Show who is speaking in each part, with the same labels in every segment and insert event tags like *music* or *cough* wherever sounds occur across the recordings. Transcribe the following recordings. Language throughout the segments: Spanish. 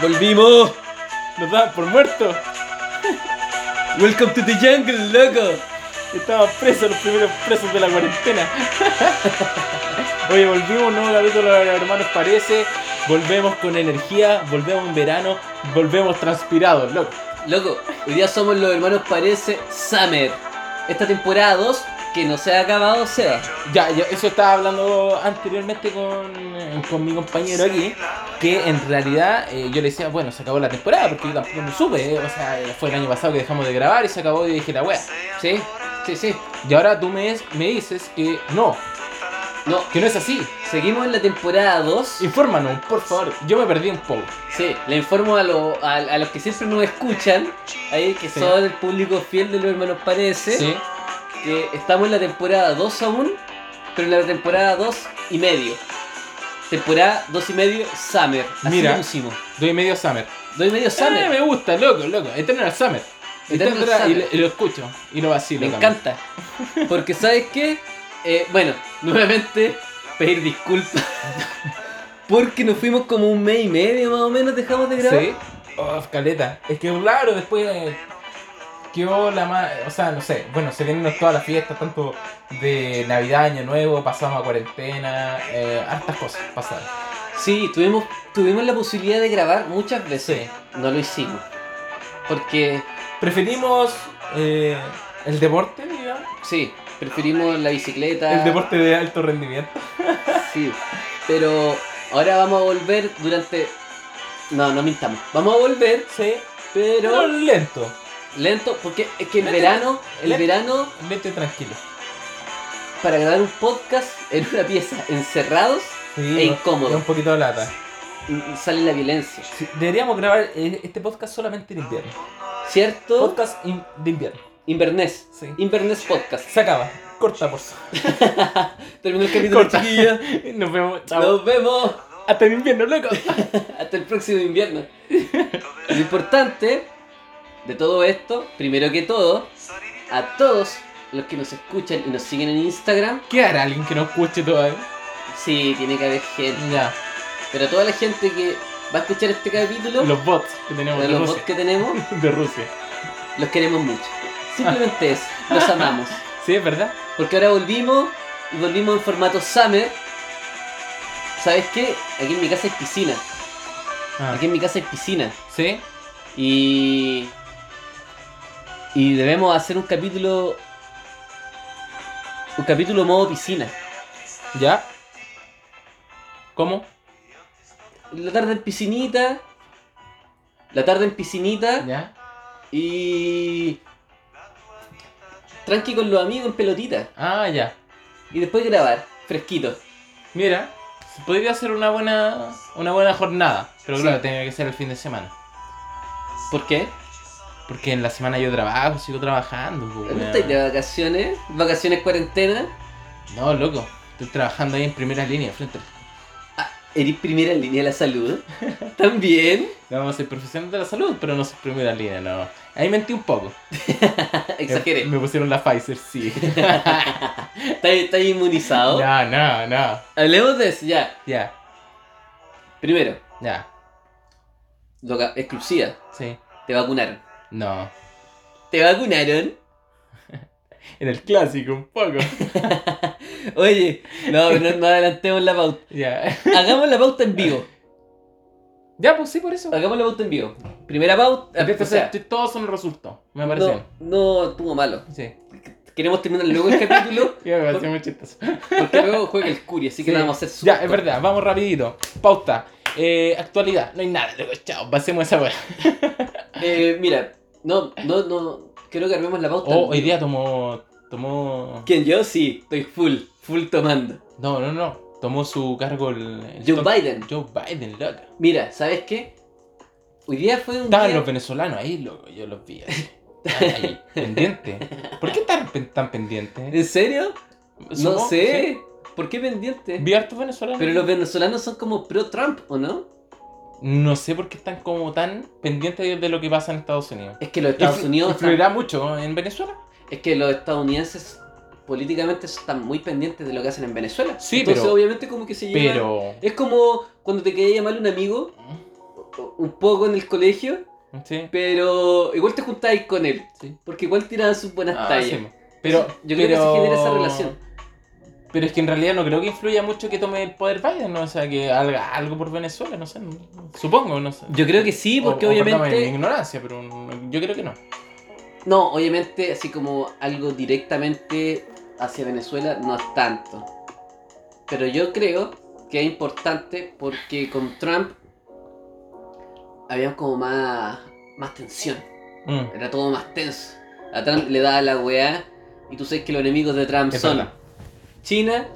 Speaker 1: ¡Volvimos! Nos daban por muertos. Welcome to the jungle, loco.
Speaker 2: Estaban presos, los primeros presos de la cuarentena. Oye, volvimos, un nuevo capítulo de los hermanos parece. Volvemos con energía, volvemos en verano, volvemos transpirados, loco.
Speaker 1: Loco, hoy día somos los hermanos Parece Summer. Esta temporada 2 que no se ha acabado, Seba.
Speaker 2: Ya, yo eso estaba hablando anteriormente con, eh, con mi compañero aquí, que en realidad eh, yo le decía, bueno, se acabó la temporada, porque yo tampoco me supe, eh, o sea, eh, fue el año pasado que dejamos de grabar y se acabó y dije la wea.
Speaker 1: Sí, sí, sí.
Speaker 2: Y ahora tú me, me dices que no,
Speaker 1: No,
Speaker 2: que no es así.
Speaker 1: seguimos en la temporada 2.
Speaker 2: Infórmanos, por favor, yo me perdí un poco.
Speaker 1: Sí, le informo a, lo- a, a los que siempre nos escuchan, ahí que
Speaker 2: Sí.
Speaker 1: son el público fiel de los hermanos Parece,
Speaker 2: Sí.
Speaker 1: que estamos en la temporada 2 aún, pero en la temporada 2 y medio. Temporada 2 y medio Summer. Así
Speaker 2: Mira.
Speaker 1: lo pusimos.
Speaker 2: Doy medio Summer.
Speaker 1: Doy medio
Speaker 2: Eh, Summer.
Speaker 1: Summer.
Speaker 2: me gusta, loco, loco. Eternal Summer.
Speaker 1: Eternal
Speaker 2: Eternal Y,
Speaker 1: Summer.
Speaker 2: lo- y lo escucho. Y lo vacilo.
Speaker 1: Me
Speaker 2: también.
Speaker 1: encanta. Porque sabes qué? Eh, bueno, *laughs* nuevamente pedir disculpas. *laughs* Porque nos fuimos como un mes y medio más o menos, dejamos de grabar.
Speaker 2: Sí. Oh, caleta. Es que claro, después eh, quedó la más. O sea, no sé. Bueno, se vienen todas las fiestas, tanto de Navidad, Año Nuevo, pasamos a cuarentena, eh, hartas cosas pasaron.
Speaker 1: Sí, tuvimos, tuvimos la posibilidad de grabar muchas veces. No lo hicimos. Porque,
Speaker 2: Preferimos eh, el deporte, digamos.
Speaker 1: sí, preferimos la bicicleta.
Speaker 2: El deporte de alto rendimiento.
Speaker 1: *laughs* Sí. Pero ahora vamos a volver durante. No, no mintamos. Vamos a volver,
Speaker 2: Sí. Pero
Speaker 1: pero
Speaker 2: lento.
Speaker 1: lento, porque es que en
Speaker 2: Lento,
Speaker 1: verano, el
Speaker 2: lento.
Speaker 1: verano,
Speaker 2: Lento y tranquilo.
Speaker 1: para grabar un podcast en una pieza, encerrados,
Speaker 2: Sí,
Speaker 1: E
Speaker 2: no-
Speaker 1: incómodo.
Speaker 2: da Un poquito de lata.
Speaker 1: mm, sale la violencia.
Speaker 2: Sí, deberíamos grabar eh, este podcast solamente en invierno.
Speaker 1: ¿Cierto?
Speaker 2: Podcast in- de invierno.
Speaker 1: Inverness.
Speaker 2: Sí.
Speaker 1: Inverness Podcast.
Speaker 2: Se acaba. Corta, por favor.
Speaker 1: Terminó el capítulo,
Speaker 2: Corta.
Speaker 1: chiquillos.
Speaker 2: *laughs* Nos vemos.
Speaker 1: Nos vemos.
Speaker 2: Hasta el invierno, loco.
Speaker 1: Hasta el próximo invierno. Lo importante de todo esto, primero que todo, a todos los que nos escuchan y nos siguen en Instagram,
Speaker 2: *laughs* ¿Qué hará alguien que no escuche eh? todavía?
Speaker 1: sí, tiene que haber gente.
Speaker 2: Ya.
Speaker 1: Pero a toda la gente que va a escuchar este capítulo,
Speaker 2: Los bots que
Speaker 1: a
Speaker 2: tenemos de
Speaker 1: los bots
Speaker 2: Rusia.
Speaker 1: que tenemos,
Speaker 2: *laughs* De Rusia.
Speaker 1: los queremos mucho. Simplemente eso, los amamos.
Speaker 2: Sí, es verdad.
Speaker 1: Porque ahora volvimos y volvimos en formato summer. ¿Sabes qué? Aquí en mi casa hay piscina.
Speaker 2: Ah.
Speaker 1: Aquí en mi casa hay piscina.
Speaker 2: Sí.
Speaker 1: Y. Y debemos hacer un capítulo. Un capítulo modo piscina.
Speaker 2: Ya. ¿Cómo?
Speaker 1: La tarde en piscinita. La tarde en piscinita.
Speaker 2: Ya.
Speaker 1: Y. Tranqui con los amigos en pelotita.
Speaker 2: Ah, ya.
Speaker 1: Y después grabar, fresquito.
Speaker 2: Mira. se Podría ser una buena, una buena jornada. Pero
Speaker 1: Sí.
Speaker 2: claro, tiene que ser el fin de semana.
Speaker 1: ¿Por qué?
Speaker 2: Porque en la semana yo trabajo, sigo trabajando. po,
Speaker 1: ¿No
Speaker 2: weón.
Speaker 1: estáis de vacaciones? ¿Vacaciones cuarentena?
Speaker 2: No, loco. Estoy trabajando ahí en primera línea, frente. al-
Speaker 1: ¿Eres primera en línea de la salud?
Speaker 2: *laughs*
Speaker 1: También.
Speaker 2: No, soy profesional de la salud, pero no soy primera línea, no. Ahí mentí un poco. Eh,
Speaker 1: Exageré.
Speaker 2: Me, me pusieron la Pfizer, sí.
Speaker 1: ¿Estás estás inmunizado?
Speaker 2: *laughs* No, no, no.
Speaker 1: Hablemos de eso, ya.
Speaker 2: Ya,
Speaker 1: Primero,
Speaker 2: ya.
Speaker 1: loca, exclusiva.
Speaker 2: Sí.
Speaker 1: Te vacunaron.
Speaker 2: No.
Speaker 1: ¿Te vacunaron?
Speaker 2: En el clásico, un
Speaker 1: *laughs*
Speaker 2: poco.
Speaker 1: Oye, no, pero no, no adelantemos la pauta.
Speaker 2: ya.
Speaker 1: Hagamos la pauta en vivo.
Speaker 2: Ya, pues sí, por eso.
Speaker 1: Hagamos la pauta en vivo. Primera pauta. Ah,
Speaker 2: Empieza
Speaker 1: o
Speaker 2: a ser
Speaker 1: sea,
Speaker 2: chistoso en el resultado, me
Speaker 1: no,
Speaker 2: pareció.
Speaker 1: no estuvo malo.
Speaker 2: Sí.
Speaker 1: Queremos terminar luego el capítulo
Speaker 2: Ya, me pareció muy chistoso.
Speaker 1: porque luego juega el Curi, así que
Speaker 2: Sí.
Speaker 1: lo vamos a hacer súper
Speaker 2: Ya, es
Speaker 1: corto.
Speaker 2: verdad, vamos rapidito. Pauta. Eh, actualidad, no hay nada, loco, chao, pasemos esa weá.
Speaker 1: Eh, mira, no, no, no. Creo que armemos la pauta.
Speaker 2: Oh,
Speaker 1: en
Speaker 2: hoy
Speaker 1: vivo.
Speaker 2: día tomó. Tomó.
Speaker 1: ¿Quién? Yo sí, estoy full, full tomando.
Speaker 2: No, no, no. Tomó su cargo el. el
Speaker 1: Joe
Speaker 2: top-
Speaker 1: Biden.
Speaker 2: Joe Biden, loco.
Speaker 1: Mira, ¿sabes qué? Hoy día fue un
Speaker 2: Estaban
Speaker 1: día-
Speaker 2: los venezolanos ahí, loco, yo los vi así. Estaban
Speaker 1: *laughs*
Speaker 2: ahí, pendientes. ¿Por qué están pen- tan pendientes?
Speaker 1: ¿En serio? No
Speaker 2: Supongo-
Speaker 1: sé. ¿Por qué pendiente?
Speaker 2: sí. Vi hartos venezolanos.
Speaker 1: Pero los venezolanos son como pro Trump, ¿o no?
Speaker 2: No sé por qué están como tan pendientes de- de lo que pasa en Estados Unidos.
Speaker 1: Es que los Estados
Speaker 2: Influ-
Speaker 1: Unidos están-
Speaker 2: ¿Influirá mucho en Venezuela?
Speaker 1: es que los estadounidenses políticamente están muy pendientes de lo que hacen en Venezuela.
Speaker 2: Sí,
Speaker 1: Entonces,
Speaker 2: pero-
Speaker 1: obviamente como que se llevan
Speaker 2: Pero...
Speaker 1: es como cuando te quería llamar un amigo un poco en el colegio,
Speaker 2: Sí.
Speaker 1: pero igual te juntáis con él.
Speaker 2: Sí.
Speaker 1: Porque igual tiraban sus buenas
Speaker 2: Ah,
Speaker 1: tallas.
Speaker 2: sí. Pero,
Speaker 1: Yo creo que
Speaker 2: pero-
Speaker 1: se genera esa relación.
Speaker 2: Pero es que en realidad no creo que influya mucho que tome el poder Biden, ¿no? O sea, que haga algo por Venezuela, no sé. no- Supongo, no sé.
Speaker 1: Yo creo que sí, porque
Speaker 2: O- o perdóname
Speaker 1: obviamente.
Speaker 2: mi ignorancia, pero no- yo creo que no.
Speaker 1: No, obviamente, así como algo directamente hacia Venezuela, no es tanto. Pero yo creo que es importante porque con Trump había como más, más tensión.
Speaker 2: Mm,
Speaker 1: Era todo más tenso. A Trump le da la weá y tú sabes que los enemigos de Trump
Speaker 2: es
Speaker 1: son
Speaker 2: verdad.
Speaker 1: China.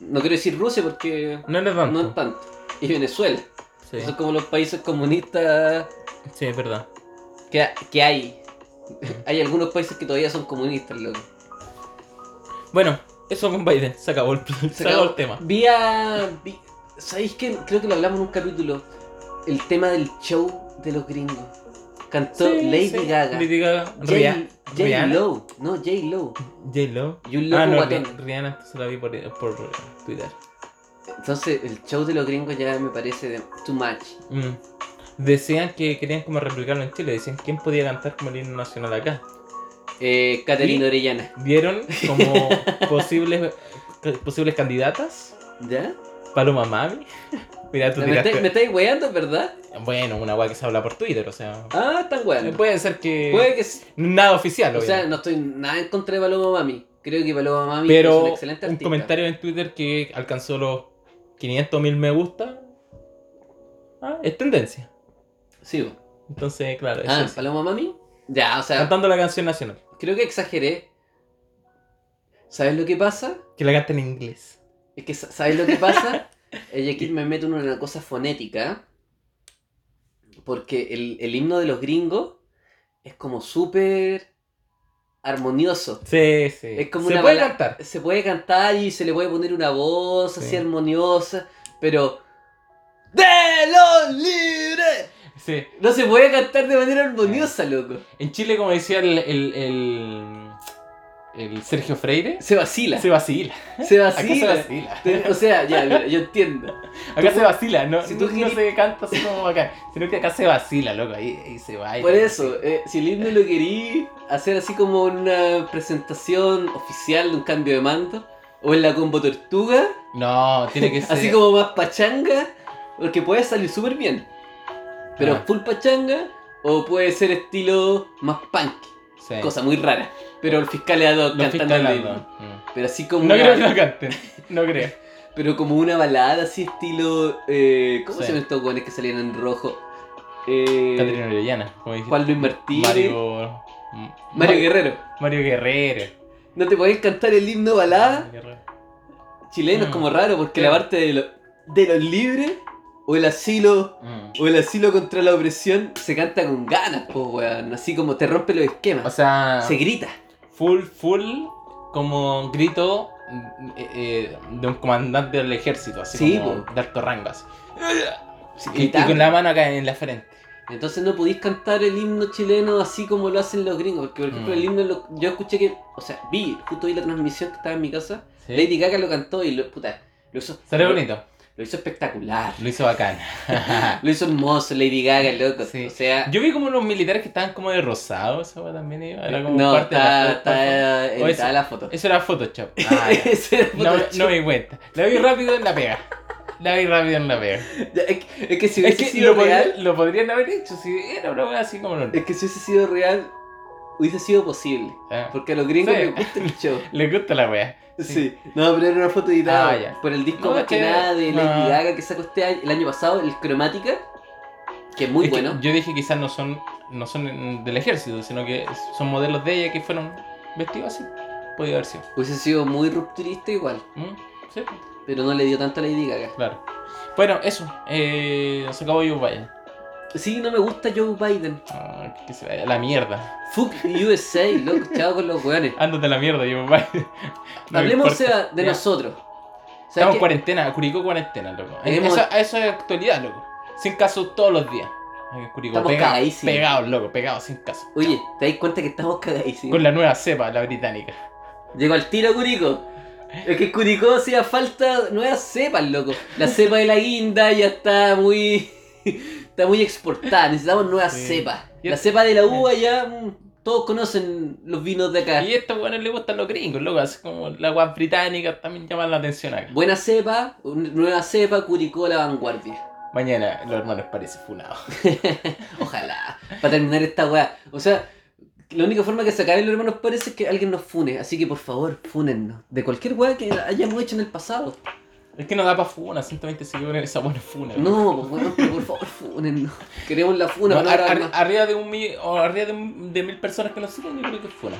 Speaker 1: No quiero decir Rusia porque
Speaker 2: No es
Speaker 1: no es tanto. Y Venezuela.
Speaker 2: Sí.
Speaker 1: Son como los países comunistas
Speaker 2: sí, es verdad.
Speaker 1: que, que hay. *laughs* Hay algunos países que todavía son comunistas, loco.
Speaker 2: Bueno, eso con Biden. Se acabó el, *laughs* se acabó el tema.
Speaker 1: Vi a. vi- ¿Sabéis qué? Creo que lo hablamos en un capítulo. El tema del show de los gringos. Cantó
Speaker 2: Sí,
Speaker 1: Lady
Speaker 2: sí.
Speaker 1: Gaga.
Speaker 2: Lady Gaga.
Speaker 1: J-
Speaker 2: Ria-
Speaker 1: J.
Speaker 2: Rihanna.
Speaker 1: Lo. No, J. Lo.
Speaker 2: J-Lo.
Speaker 1: Y un loco
Speaker 2: Ah, no,
Speaker 1: guatón.
Speaker 2: Ri- Rihanna se la vi por, por eh, Twitter.
Speaker 1: Entonces, el show de los gringos ya me parece de- too much.
Speaker 2: Mm. Decían que querían como replicarlo en Chile. Decían quién podía cantar como el himno nacional acá.
Speaker 1: Eh, Caterina Orellana.
Speaker 2: Vieron
Speaker 1: *laughs*
Speaker 2: como posibles posibles candidatas.
Speaker 1: ¿Ya?
Speaker 2: Paloma Mami. Mira, tú
Speaker 1: ¿Me, estáis-
Speaker 2: tiraste.
Speaker 1: me estáis weando, verdad?
Speaker 2: Bueno, una weá que se habla por Twitter, o sea. eh,
Speaker 1: Ah, están weando.
Speaker 2: Puede ser que.
Speaker 1: Puede que sí.
Speaker 2: Nada oficial,
Speaker 1: O sea,
Speaker 2: obviamente.
Speaker 1: no estoy nada en contra de Paloma Mami. Creo que Paloma Mami es
Speaker 2: Pero
Speaker 1: un
Speaker 2: un,
Speaker 1: excelente artista.
Speaker 2: comentario en Twitter que alcanzó los 500.000 me gusta. Ah, es tendencia.
Speaker 1: Sí, bo.
Speaker 2: Entonces, claro. eso
Speaker 1: Ah,
Speaker 2: es.
Speaker 1: Paloma Mami. Ya, o sea,
Speaker 2: Cantando la canción nacional.
Speaker 1: creo que exageré. ¿Sabes lo que pasa?
Speaker 2: Que la canta en inglés.
Speaker 1: Es que, sa- ¿sabes lo que
Speaker 2: *laughs*
Speaker 1: pasa? Ella aquí me meto en una cosa fonética. Porque el, el himno de los gringos es como súper armonioso.
Speaker 2: Sí, sí.
Speaker 1: Es como
Speaker 2: Se
Speaker 1: una
Speaker 2: puede
Speaker 1: bala-
Speaker 2: cantar.
Speaker 1: Se puede cantar y se le puede poner una voz así
Speaker 2: Sí.
Speaker 1: armoniosa, pero. ¡De los libres!
Speaker 2: Sí.
Speaker 1: No se puede cantar de manera
Speaker 2: Ah.
Speaker 1: armoniosa, loco.
Speaker 2: En Chile, como decía el, el, el, el Sergio Freire,
Speaker 1: Se vacila.
Speaker 2: se vacila.
Speaker 1: Se
Speaker 2: Acá se
Speaker 1: vacila.
Speaker 2: vacila.
Speaker 1: Te- O sea, ya, mira, yo entiendo.
Speaker 2: Acá se vacila, no,
Speaker 1: si
Speaker 2: no,
Speaker 1: tú
Speaker 2: no
Speaker 1: querís-
Speaker 2: se canta así como acá, sino que acá se vacila, loco, ahí, ahí se baila.
Speaker 1: Por eso, eh, si el himno lo querí hacer así como en una presentación oficial de un cambio de mando, o en la combo tortuga,
Speaker 2: No, tiene que
Speaker 1: *laughs*
Speaker 2: ser.
Speaker 1: así como más pachanga, porque puede salir súper bien. Pero
Speaker 2: Ah.
Speaker 1: full pachanga, o puede ser estilo más punk,
Speaker 2: Sí.
Speaker 1: cosa muy rara. Pero el fiscal le ha dado
Speaker 2: Los
Speaker 1: cantando el
Speaker 2: fiscalando.
Speaker 1: himno.
Speaker 2: Mm.
Speaker 1: Pero así como
Speaker 2: No
Speaker 1: una,
Speaker 2: creo que lo canten. No
Speaker 1: *laughs*
Speaker 2: creo.
Speaker 1: pero como una balada así estilo eh, ¿Cómo
Speaker 2: Sí.
Speaker 1: se llaman estos guanes que salían en rojo? Eh,
Speaker 2: Caterina Orellana, como dijiste.
Speaker 1: Juan Luis Martínez, Mario,
Speaker 2: Mario. M-
Speaker 1: Guerrero.
Speaker 2: Mario Guerrero.
Speaker 1: No te podés cantar el himno balada
Speaker 2: Mario Guerrero.
Speaker 1: chileno,
Speaker 2: Mm.
Speaker 1: es como raro, porque
Speaker 2: Sí.
Speaker 1: la parte de, lo- de los libres o el asilo
Speaker 2: Mm.
Speaker 1: o el asilo contra la opresión se canta con ganas, pues weón. Así como te rompe los esquemas.
Speaker 2: O sea,
Speaker 1: se grita.
Speaker 2: full, full, como grito mm, eh, eh, de un comandante del ejército, así
Speaker 1: Sí,
Speaker 2: como
Speaker 1: po.
Speaker 2: de alto rango, así.
Speaker 1: se
Speaker 2: Y, y
Speaker 1: grita.
Speaker 2: con la mano acá en la frente.
Speaker 1: Entonces no podís cantar el himno chileno así como lo hacen los gringos. Porque por ejemplo
Speaker 2: Mm.
Speaker 1: el himno lo- yo escuché que. O sea, vi, justo vi la transmisión que estaba en mi casa.
Speaker 2: ¿sí?
Speaker 1: Lady Gaga lo cantó y lo puta. Lo hizo,
Speaker 2: Salió
Speaker 1: lo-
Speaker 2: bonito.
Speaker 1: lo hizo
Speaker 2: *laughs*
Speaker 1: espectacular. *laughs*
Speaker 2: Lo hizo bacán.
Speaker 1: Lo hizo hermoso Lady Gaga, loco.
Speaker 2: Sí.
Speaker 1: O sea.
Speaker 2: Yo vi como unos militares que estaban como de rosado, eso también iba, era como
Speaker 1: no,
Speaker 2: parte de la
Speaker 1: está,
Speaker 2: foto.
Speaker 1: está
Speaker 2: O
Speaker 1: editada la foto.
Speaker 2: Eso
Speaker 1: *laughs*
Speaker 2: era Photoshop. Ah, ya.
Speaker 1: Ese era
Speaker 2: *laughs* no,
Speaker 1: Photoshop.
Speaker 2: no me di cuenta. La vi rápido en la pega. La vi rápido en la
Speaker 1: *laughs*
Speaker 2: pega.
Speaker 1: Ya, Es que, es que si
Speaker 2: Es
Speaker 1: hubiese
Speaker 2: que
Speaker 1: sido
Speaker 2: lo, podría-
Speaker 1: real,
Speaker 2: lo podrían haber hecho, si era una wea así como lo...
Speaker 1: es que si hubiese sido real, hubiese sido posible.
Speaker 2: Ah,
Speaker 1: Porque a los gringos
Speaker 2: Sí.
Speaker 1: les gusta el
Speaker 2: *laughs*
Speaker 1: show.
Speaker 2: Le gusta la wea.
Speaker 1: Sí. No, pero era una foto editada
Speaker 2: Ah, ya.
Speaker 1: por el disco
Speaker 2: No,
Speaker 1: más
Speaker 2: es
Speaker 1: que
Speaker 2: que-
Speaker 1: nada de Lady
Speaker 2: no.
Speaker 1: Gaga que sacó este año, el año pasado, el Cromática, que es muy
Speaker 2: Es que
Speaker 1: bueno.
Speaker 2: Yo dije quizás no son no son del ejército, sino que son modelos de ella que fueron vestidos así. Podía haber sido.
Speaker 1: Hubiese sido muy rupturista igual,
Speaker 2: ¿Mm? Sí,
Speaker 1: pero no le dio tanto a Lady Gaga.
Speaker 2: claro. Bueno, eso. Eh, se acabó Joe Biden.
Speaker 1: Sí, no me gusta Joe Biden.
Speaker 2: Ah, que se vaya a la mierda.
Speaker 1: Fuck USA,
Speaker 2: *laughs*
Speaker 1: loco, chavo con los weones.
Speaker 2: Ándate a la mierda, Joe Biden. *laughs* No me
Speaker 1: Hablemos o
Speaker 2: importa.
Speaker 1: sea, de
Speaker 2: Ya.
Speaker 1: nosotros. ¿Sabes
Speaker 2: Estamos en
Speaker 1: qué?
Speaker 2: cuarentena, Curicó cuarentena, loco. Eh,
Speaker 1: Hemos-
Speaker 2: Eso, eso es actualidad, loco. Sin casos todos los días. Aquí en Curicó,
Speaker 1: Estamos
Speaker 2: pega-
Speaker 1: cagadísimos.
Speaker 2: pegados, loco, pegados, sin casos.
Speaker 1: Oye, ¿te das cuenta que estamos cagadísimos?
Speaker 2: Con la nueva cepa, la británica.
Speaker 1: Llegó al tiro, Curico. Es que en Curicó hacía falta nuevas cepas, loco. La cepa de la guinda ya está muy. *laughs* está muy exportada. Necesitamos nuevas
Speaker 2: Sí.
Speaker 1: cepas.
Speaker 2: Y
Speaker 1: La
Speaker 2: es-
Speaker 1: cepa de la uva ya. mm, Todos conocen los vinos de acá.
Speaker 2: Y a estos buenos les gustan los gringos, loco. Así como las guas británicas también llaman la atención acá.
Speaker 1: Buena cepa, un- nueva cepa, Curicó la vanguardia.
Speaker 2: Mañana los hermanos parece funado.
Speaker 1: Ojalá. Para terminar esta weá. O sea, la única forma que se acaben los hermanos parece es que alguien nos fune. Así que por favor, funennos. De cualquier weá que hayamos hecho en el pasado.
Speaker 2: *laughs* Es que no da para funa, 120 seguidores esa buena funa.
Speaker 1: No, pues weón, pero por favor, funennos. Queremos la funa.
Speaker 2: No,
Speaker 1: para no
Speaker 2: ar-
Speaker 1: grabar
Speaker 2: ar-
Speaker 1: más.
Speaker 2: arriba de un mil, o arriba de, un- de mil personas que nos siguen, yo creo que es funa.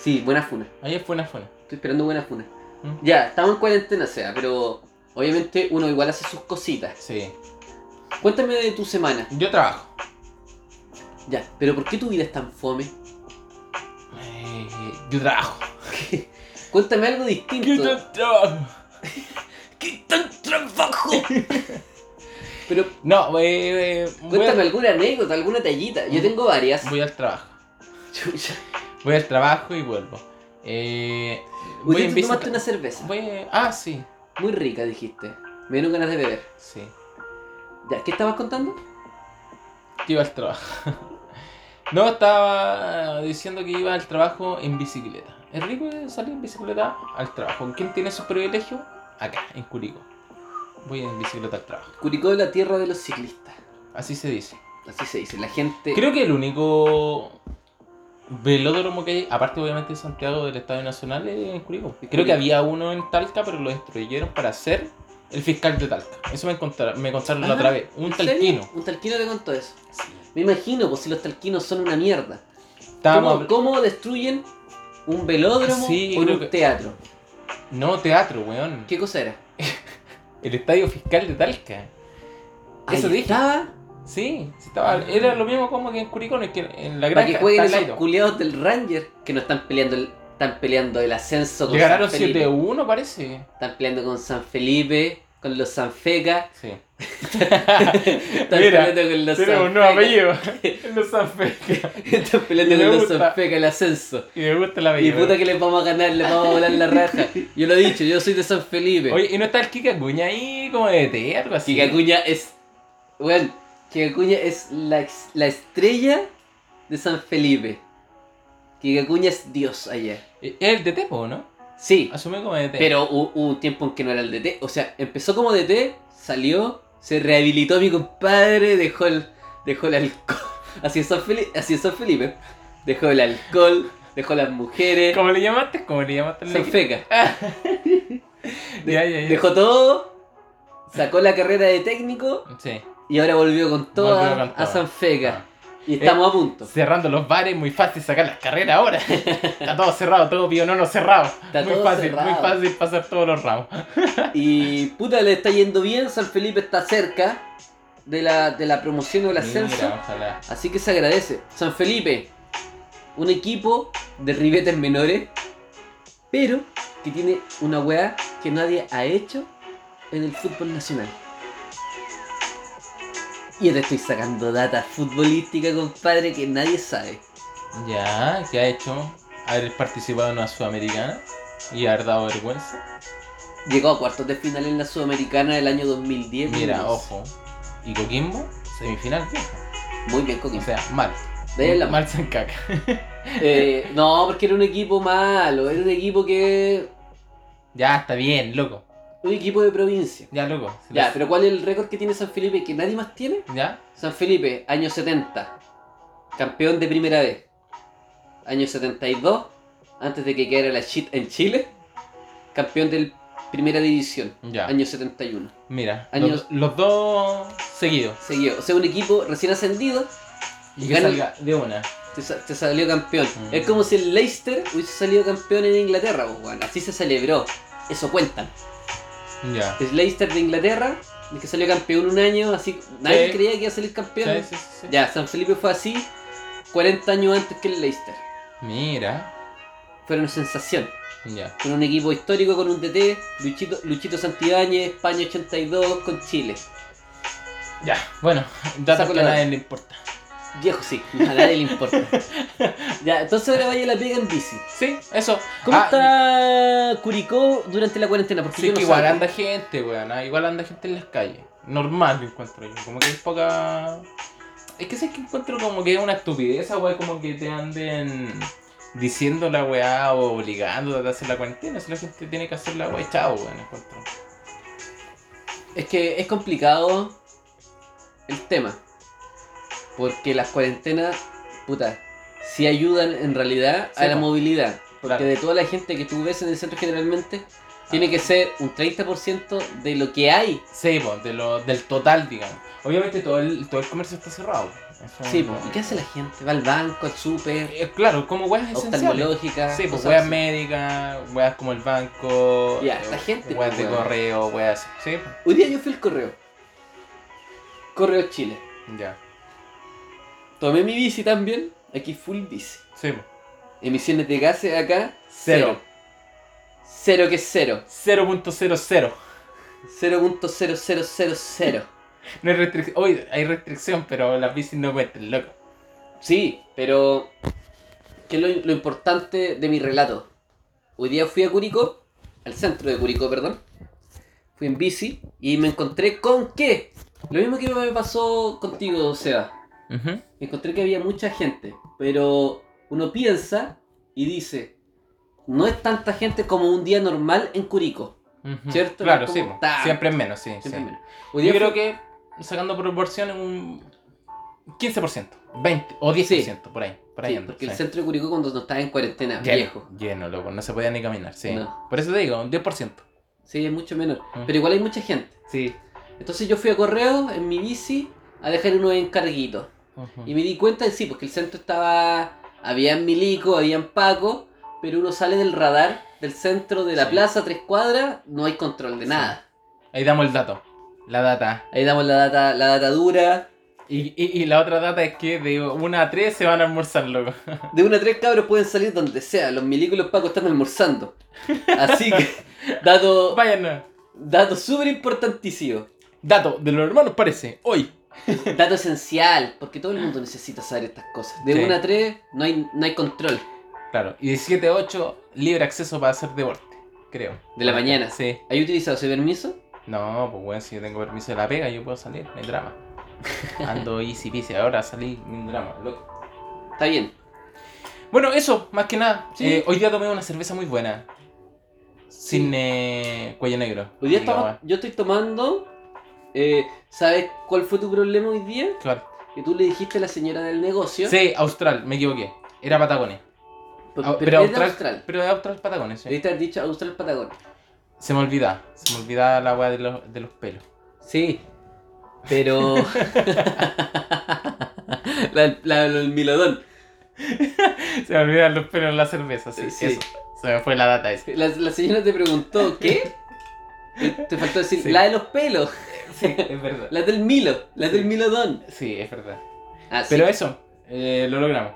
Speaker 1: Sí, buena funa.
Speaker 2: Ahí es funa, funa.
Speaker 1: Estoy esperando buena funa.
Speaker 2: ¿Mm?
Speaker 1: Ya, estamos en cuarentena, o sea, pero obviamente uno igual hace sus cositas.
Speaker 2: Sí.
Speaker 1: Cuéntame de tu semana.
Speaker 2: Yo trabajo.
Speaker 1: Ya, pero ¿por qué tu vida es tan fome?
Speaker 2: Eh, yo trabajo.
Speaker 1: Cuéntame algo
Speaker 2: ¿Qué
Speaker 1: distinto.
Speaker 2: tan trabajo?
Speaker 1: *laughs* ¡Qué tan trabajo! pero
Speaker 2: *laughs* No, eh, eh, voy,
Speaker 1: cuéntame
Speaker 2: a-
Speaker 1: alguna anécdota, alguna tallita. Yo tengo varias.
Speaker 2: voy al trabajo.
Speaker 1: Chucha.
Speaker 2: Voy al trabajo y vuelvo. Eh, voy
Speaker 1: Hoy día
Speaker 2: en
Speaker 1: te
Speaker 2: bici-
Speaker 1: tomaste una cerveza.
Speaker 2: voy- Ah, sí.
Speaker 1: Muy rica, dijiste. Me dieron ganas de beber.
Speaker 2: Sí.
Speaker 1: Ya, ¿qué estabas contando?
Speaker 2: Yo iba al trabajo. *laughs* No, estaba diciendo que iba al trabajo en bicicleta. Es rico salir en bicicleta al trabajo. ¿Quién tiene esos privilegios? Acá, en Curicó. Voy en bicicleta al trabajo.
Speaker 1: Curicó es la tierra de los ciclistas.
Speaker 2: Así se dice.
Speaker 1: Así se dice. La gente.
Speaker 2: Creo que el único velódromo que hay, aparte obviamente de Santiago del Estadio Nacional, es en Curicó. Creo que había uno en Talca, pero lo destruyeron para ser el fiscal de Talca. Eso me contaron, me contaron la
Speaker 1: Ah,
Speaker 2: otra vez. Un
Speaker 1: ¿En serio?
Speaker 2: talquino.
Speaker 1: Un talquino te contó eso.
Speaker 2: Sí.
Speaker 1: Me imagino, pues si los talquinos son una mierda.
Speaker 2: Estábamos
Speaker 1: ¿Cómo,
Speaker 2: habl-
Speaker 1: cómo destruyen un velódromo
Speaker 2: Sí,
Speaker 1: por
Speaker 2: creo
Speaker 1: un
Speaker 2: que-
Speaker 1: teatro?
Speaker 2: No, teatro, weón.
Speaker 1: ¿Qué cosa era?
Speaker 2: El estadio fiscal de Talca. Eso
Speaker 1: Ahí
Speaker 2: dije.
Speaker 1: estaba
Speaker 2: Sí, sí estaba, era lo mismo como que en Curicó, no es que en la
Speaker 1: Ah. para que
Speaker 2: granja
Speaker 1: jueguen
Speaker 2: está al
Speaker 1: esos
Speaker 2: lado.
Speaker 1: culiados del Ranger que no están peleando el, están peleando el ascenso con
Speaker 2: Le ganaron
Speaker 1: San Felipe.
Speaker 2: 7-1 parece.
Speaker 1: Están peleando con San Felipe, con los
Speaker 2: *laughs*
Speaker 1: Sanfecas,
Speaker 2: Sí.
Speaker 1: están
Speaker 2: Mira,
Speaker 1: peleando con *laughs* los
Speaker 2: tiene un nuevo
Speaker 1: Sanfecas.
Speaker 2: apellido. *laughs* En los Sanfecas.
Speaker 1: Están peleando
Speaker 2: Y me
Speaker 1: con los
Speaker 2: gusta.
Speaker 1: Sanfecas el ascenso.
Speaker 2: Y me gusta el apellido.
Speaker 1: Y puta que les vamos a ganar, les vamos a volar la
Speaker 2: *laughs*
Speaker 1: raja. Yo lo he dicho, yo soy de San Felipe.
Speaker 2: Oye, ¿y no está el Kika Acuña ahí como de té, algo así?
Speaker 1: Kikakuña es. Bueno, Kikakuña es la, ex- la estrella de San Felipe. Kikakuña es Dios allá.
Speaker 2: Eh, Es el de Tepo, ¿no?
Speaker 1: Sí,
Speaker 2: Asume como de té.
Speaker 1: pero hu- hubo un tiempo en que no era el DT. O sea, empezó como DT, salió, se rehabilitó mi compadre, dejó el, dejó el alcohol. *laughs* Así es San Felipe. Así es San Felipe. Dejó el alcohol, dejó las mujeres.
Speaker 2: ¿Cómo le llamaste? ¿Cómo le llamaste? al
Speaker 1: San
Speaker 2: equipo?
Speaker 1: feca.
Speaker 2: Ya, ya, ya.
Speaker 1: Dejó todo, sacó la carrera de técnico
Speaker 2: Sí.
Speaker 1: y ahora volvió con todo
Speaker 2: Volvió con
Speaker 1: a
Speaker 2: todo.
Speaker 1: San Feca.
Speaker 2: Ah.
Speaker 1: Y estamos a
Speaker 2: *laughs*
Speaker 1: punto.
Speaker 2: Cerrando los bares, muy fácil sacar las carreras
Speaker 1: *laughs*
Speaker 2: ahora. Está todo cerrado, todo pionono cerrado.
Speaker 1: Está
Speaker 2: muy
Speaker 1: todo
Speaker 2: fácil,
Speaker 1: cerrado.
Speaker 2: muy fácil pasar todos los ramos.
Speaker 1: Y puta, le está yendo bien. San Felipe está cerca de la, de la promoción o el ascenso.
Speaker 2: Mira, ojalá.
Speaker 1: Así que se agradece. San Felipe, un equipo de ribetes menores, pero que tiene una weá que nadie ha hecho en el fútbol nacional. Y yo te estoy sacando data futbolística, compadre, que nadie sabe.
Speaker 2: Ya, ¿qué ha hecho? Haber participado en una sudamericana y haber dado vergüenza.
Speaker 1: Llegó a cuartos de final en la Sudamericana del año 2010.
Speaker 2: Mira,
Speaker 1: 2011.
Speaker 2: ojo. Y Coquimbo, semifinal, vieja.
Speaker 1: Muy bien, Coquín.
Speaker 2: O sea, mal.
Speaker 1: De la-
Speaker 2: Mal se caca.
Speaker 1: Eh, no, porque era un equipo malo, era un equipo que.
Speaker 2: Ya, está bien, loco.
Speaker 1: Un equipo de provincia.
Speaker 2: Ya, loco. Se
Speaker 1: Ya,
Speaker 2: les-
Speaker 1: pero ¿cuál es el récord que tiene San Felipe que nadie más tiene?
Speaker 2: ¿Ya?
Speaker 1: San Felipe, año 70, campeón de primera vez. Año 72, antes de que quedara la shit en Chile, campeón de primera división.
Speaker 2: Ya.
Speaker 1: Año 71.
Speaker 2: Mira,
Speaker 1: años-
Speaker 2: los, los dos seguidos.
Speaker 1: Seguido. O sea, un equipo recién ascendido
Speaker 2: Y que
Speaker 1: Gana-
Speaker 2: salga de una.
Speaker 1: te, sa- te salió campeón.
Speaker 2: Mm.
Speaker 1: Es como si el Leicester hubiese salido campeón en Inglaterra, pues, weón. Así se celebró. Eso cuentan.
Speaker 2: Ya.
Speaker 1: El Leicester de Inglaterra, el que salió campeón un año, así nadie
Speaker 2: Sí.
Speaker 1: creía que iba a salir campeón.
Speaker 2: Sí, sí, sí, sí.
Speaker 1: Ya, San Felipe fue así 40 años antes que el Leicester.
Speaker 2: Mira.
Speaker 1: Fueron sensación.
Speaker 2: Ya.
Speaker 1: Con un equipo histórico, con un DT, Luchito, Luchito Santibáñez, España 82, con Chile.
Speaker 2: Ya. Bueno, *laughs* datos
Speaker 1: Saco
Speaker 2: que a
Speaker 1: la-
Speaker 2: nadie le importa.
Speaker 1: Viejo, sí, *laughs* a nadie le importa. *laughs* ya, entonces ahora vaya a la pega en bici.
Speaker 2: Sí, eso.
Speaker 1: ¿Cómo
Speaker 2: Ah,
Speaker 1: está Curicó durante la cuarentena? Porque
Speaker 2: Sí,
Speaker 1: yo no
Speaker 2: que igual
Speaker 1: salgo.
Speaker 2: anda gente, weón. ah, Igual anda gente en las calles. Normal yo encuentro yo. Como que es poca. Es que sé que encuentro como que es una estupidez, esa weá, como que te anden diciendo la weá o obligando a hacer la cuarentena. Si la gente tiene que hacer la weá, chao, weón, encuentro.
Speaker 1: Es que es complicado el tema. Porque las cuarentenas, puta, sí ayudan en realidad
Speaker 2: Sí,
Speaker 1: a la
Speaker 2: po.
Speaker 1: movilidad. Porque
Speaker 2: Claro.
Speaker 1: de toda la gente que tú ves en el centro generalmente, tiene que ser un 30% de lo que hay.
Speaker 2: Sí, po, de lo, del total, digamos. Obviamente todo el, todo el comercio está cerrado. Eso
Speaker 1: Sí,
Speaker 2: no-
Speaker 1: po. ¿y qué hace la gente? Va al banco, al súper,
Speaker 2: Eh, claro, como weas esenciales.
Speaker 1: oftalmológica.
Speaker 2: Sí, pues
Speaker 1: cosas
Speaker 2: weas
Speaker 1: así.
Speaker 2: médicas, weas como el banco,
Speaker 1: Ya,
Speaker 2: eh,
Speaker 1: la gente,
Speaker 2: weas
Speaker 1: pues,
Speaker 2: de
Speaker 1: weón.
Speaker 2: correo, weas. Sí, pues,
Speaker 1: Hoy día yo fui al correo. Correo Chile.
Speaker 2: ya.
Speaker 1: Tomé mi bici también. Aquí full bici.
Speaker 2: Sí, pues.
Speaker 1: Emisiones de gases acá,
Speaker 2: Cero.
Speaker 1: cero. Cero que es cero.
Speaker 2: 0.00.
Speaker 1: 0.0000.
Speaker 2: No hay restricción. Hoy hay restricción, pero las bicis no cuentan, loco.
Speaker 1: Sí, pero. ¿Qué es lo, lo importante de mi relato? Hoy día fui a Curicó, al centro de Curicó, perdón. Fui en bici y me encontré con qué? Lo mismo que me pasó contigo, Seba. Encontré que había mucha gente, pero uno piensa y dice: No es tanta gente como un día normal en Curicó.
Speaker 2: Ujú.
Speaker 1: ¿Cierto?
Speaker 2: Claro,
Speaker 1: Como
Speaker 2: sí. po.
Speaker 1: ta-
Speaker 2: Siempre es menos, sí.
Speaker 1: Siempre
Speaker 2: sí.
Speaker 1: menos. Hoy día
Speaker 2: Yo creo
Speaker 1: fui-
Speaker 2: que, sacando proporciones, un 15%, 20% o 10%, por ahí. Por ahí
Speaker 1: Sí,
Speaker 2: anda,
Speaker 1: porque el
Speaker 2: sí.
Speaker 1: centro de Curicó cuando no estaba en cuarentena,
Speaker 2: Lleno,
Speaker 1: Ah, viejo.
Speaker 2: Lleno, loco. No se podía ni caminar, sí.
Speaker 1: No.
Speaker 2: Por eso te digo, un 10%.
Speaker 1: Sí, es mucho menor.
Speaker 2: Mm.
Speaker 1: Pero igual hay mucha gente.
Speaker 2: Sí.
Speaker 1: Entonces yo fui a correo en mi bici a dejar unos encarguitos. Y me di cuenta de sí, porque el centro estaba. Habían milico, habían paco, pero uno sale del radar del centro de la
Speaker 2: Sí.
Speaker 1: plaza, tres cuadras, no hay control de
Speaker 2: Sí.
Speaker 1: nada.
Speaker 2: Ahí damos el dato. La data.
Speaker 1: Ahí damos la data, la data dura.
Speaker 2: Y, y, y la otra data es que de 1 a 3 se van a almorzar, loco.
Speaker 1: De una a tres cabros pueden salir donde sea. Los milicos y los pacos están almorzando. Así
Speaker 2: *laughs*
Speaker 1: que, dato,
Speaker 2: Vayan.
Speaker 1: dato súper importantísimo.
Speaker 2: Dato de los hermanos parece. Hoy.
Speaker 1: Dato esencial, porque todo el mundo necesita saber estas cosas. De
Speaker 2: Sí.
Speaker 1: 1 a 3 no hay, no hay control.
Speaker 2: Claro, y 17 8, libre acceso para hacer deporte, creo.
Speaker 1: De la mañana.
Speaker 2: Sí.
Speaker 1: ¿Hay utilizado ese permiso?
Speaker 2: No, pues bueno, si yo tengo permiso de la pega, yo puedo salir, no hay drama.
Speaker 1: *laughs*
Speaker 2: Ando easy peasy, ahora salí, ni un drama, loco.
Speaker 1: Está bien.
Speaker 2: Bueno, eso, más que nada.
Speaker 1: Sí.
Speaker 2: Eh, hoy día tomé una cerveza muy buena. Sin eh, cuello negro.
Speaker 1: Hoy día
Speaker 2: Rica,
Speaker 1: estamos, yo estoy tomando. eh, ¿Sabes cuál fue tu problema hoy día?
Speaker 2: weón. Claro.
Speaker 1: Que tú le dijiste a la señora del negocio.
Speaker 2: Sí, Austral, me equivoqué. Era Patagones.
Speaker 1: por-
Speaker 2: Ah,
Speaker 1: pero, es de Austral.
Speaker 2: Pero de Austral Patagones, sí.
Speaker 1: Debiste haber dicho Austral Patagón.
Speaker 2: Se me olvida, se me olvida la weá de los, de los pelos.
Speaker 1: Sí. Pero. la, la- el milodón.
Speaker 2: *laughs* Se me olvidan los pelos en la cerveza, sí.
Speaker 1: Sí.
Speaker 2: Eso. Se me fue la data esa.
Speaker 1: La, la señora te preguntó, ¿qué? Te, te faltó decir,
Speaker 2: Sí.
Speaker 1: la de los pelos,
Speaker 2: Sí, es verdad.
Speaker 1: la del Milo, la del
Speaker 2: Sí.
Speaker 1: milodón.
Speaker 2: *laughs* Sí, es verdad.
Speaker 1: Ah, sí.
Speaker 2: Pero eso, eh, lo logramos.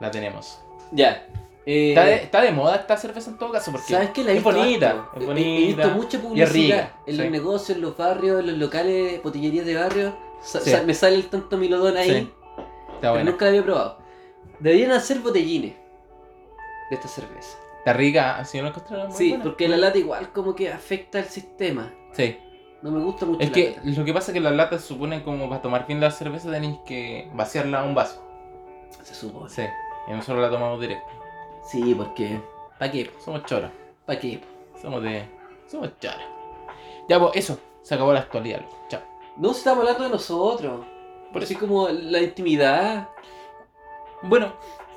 Speaker 2: La tenemos.
Speaker 1: Ya. Eh,
Speaker 2: Está de, está de moda esta cerveza en todo caso porque
Speaker 1: ¿Sabes qué? La he
Speaker 2: es
Speaker 1: visto
Speaker 2: bonita,
Speaker 1: harto.
Speaker 2: es
Speaker 1: He-
Speaker 2: bonita
Speaker 1: He visto mucha publicidad
Speaker 2: rica,
Speaker 1: en
Speaker 2: sí.
Speaker 1: los negocios, en los barrios, en los locales, botillerías de barrio. Sa-
Speaker 2: Sí.
Speaker 1: sa- me sale el tanto milodón ahí,
Speaker 2: Sí,
Speaker 1: pero
Speaker 2: está buena.
Speaker 1: nunca la había probado. Deberían hacer botellines de esta cerveza.
Speaker 2: Está rica, si no la encontraron muy
Speaker 1: sí,
Speaker 2: buena.
Speaker 1: porque la lata igual como que afecta al sistema.
Speaker 2: Sí,
Speaker 1: No me gusta mucho
Speaker 2: es
Speaker 1: la
Speaker 2: que
Speaker 1: lata.
Speaker 2: lo que pasa es que las latas suponen como para tomar bien la cerveza tenéis que vaciarla a un vaso.
Speaker 1: Se supone. Sí,
Speaker 2: Sí, y nosotros la tomamos directo.
Speaker 1: porque... ¿Para qué?
Speaker 2: Somos choras,
Speaker 1: ¿Para qué?
Speaker 2: somos de... somos choras. Ya pues, eso, se acabó la actualidad. loco. Chao.
Speaker 1: No estamos hablando de nosotros. Por así como la intimidad.
Speaker 2: Bueno,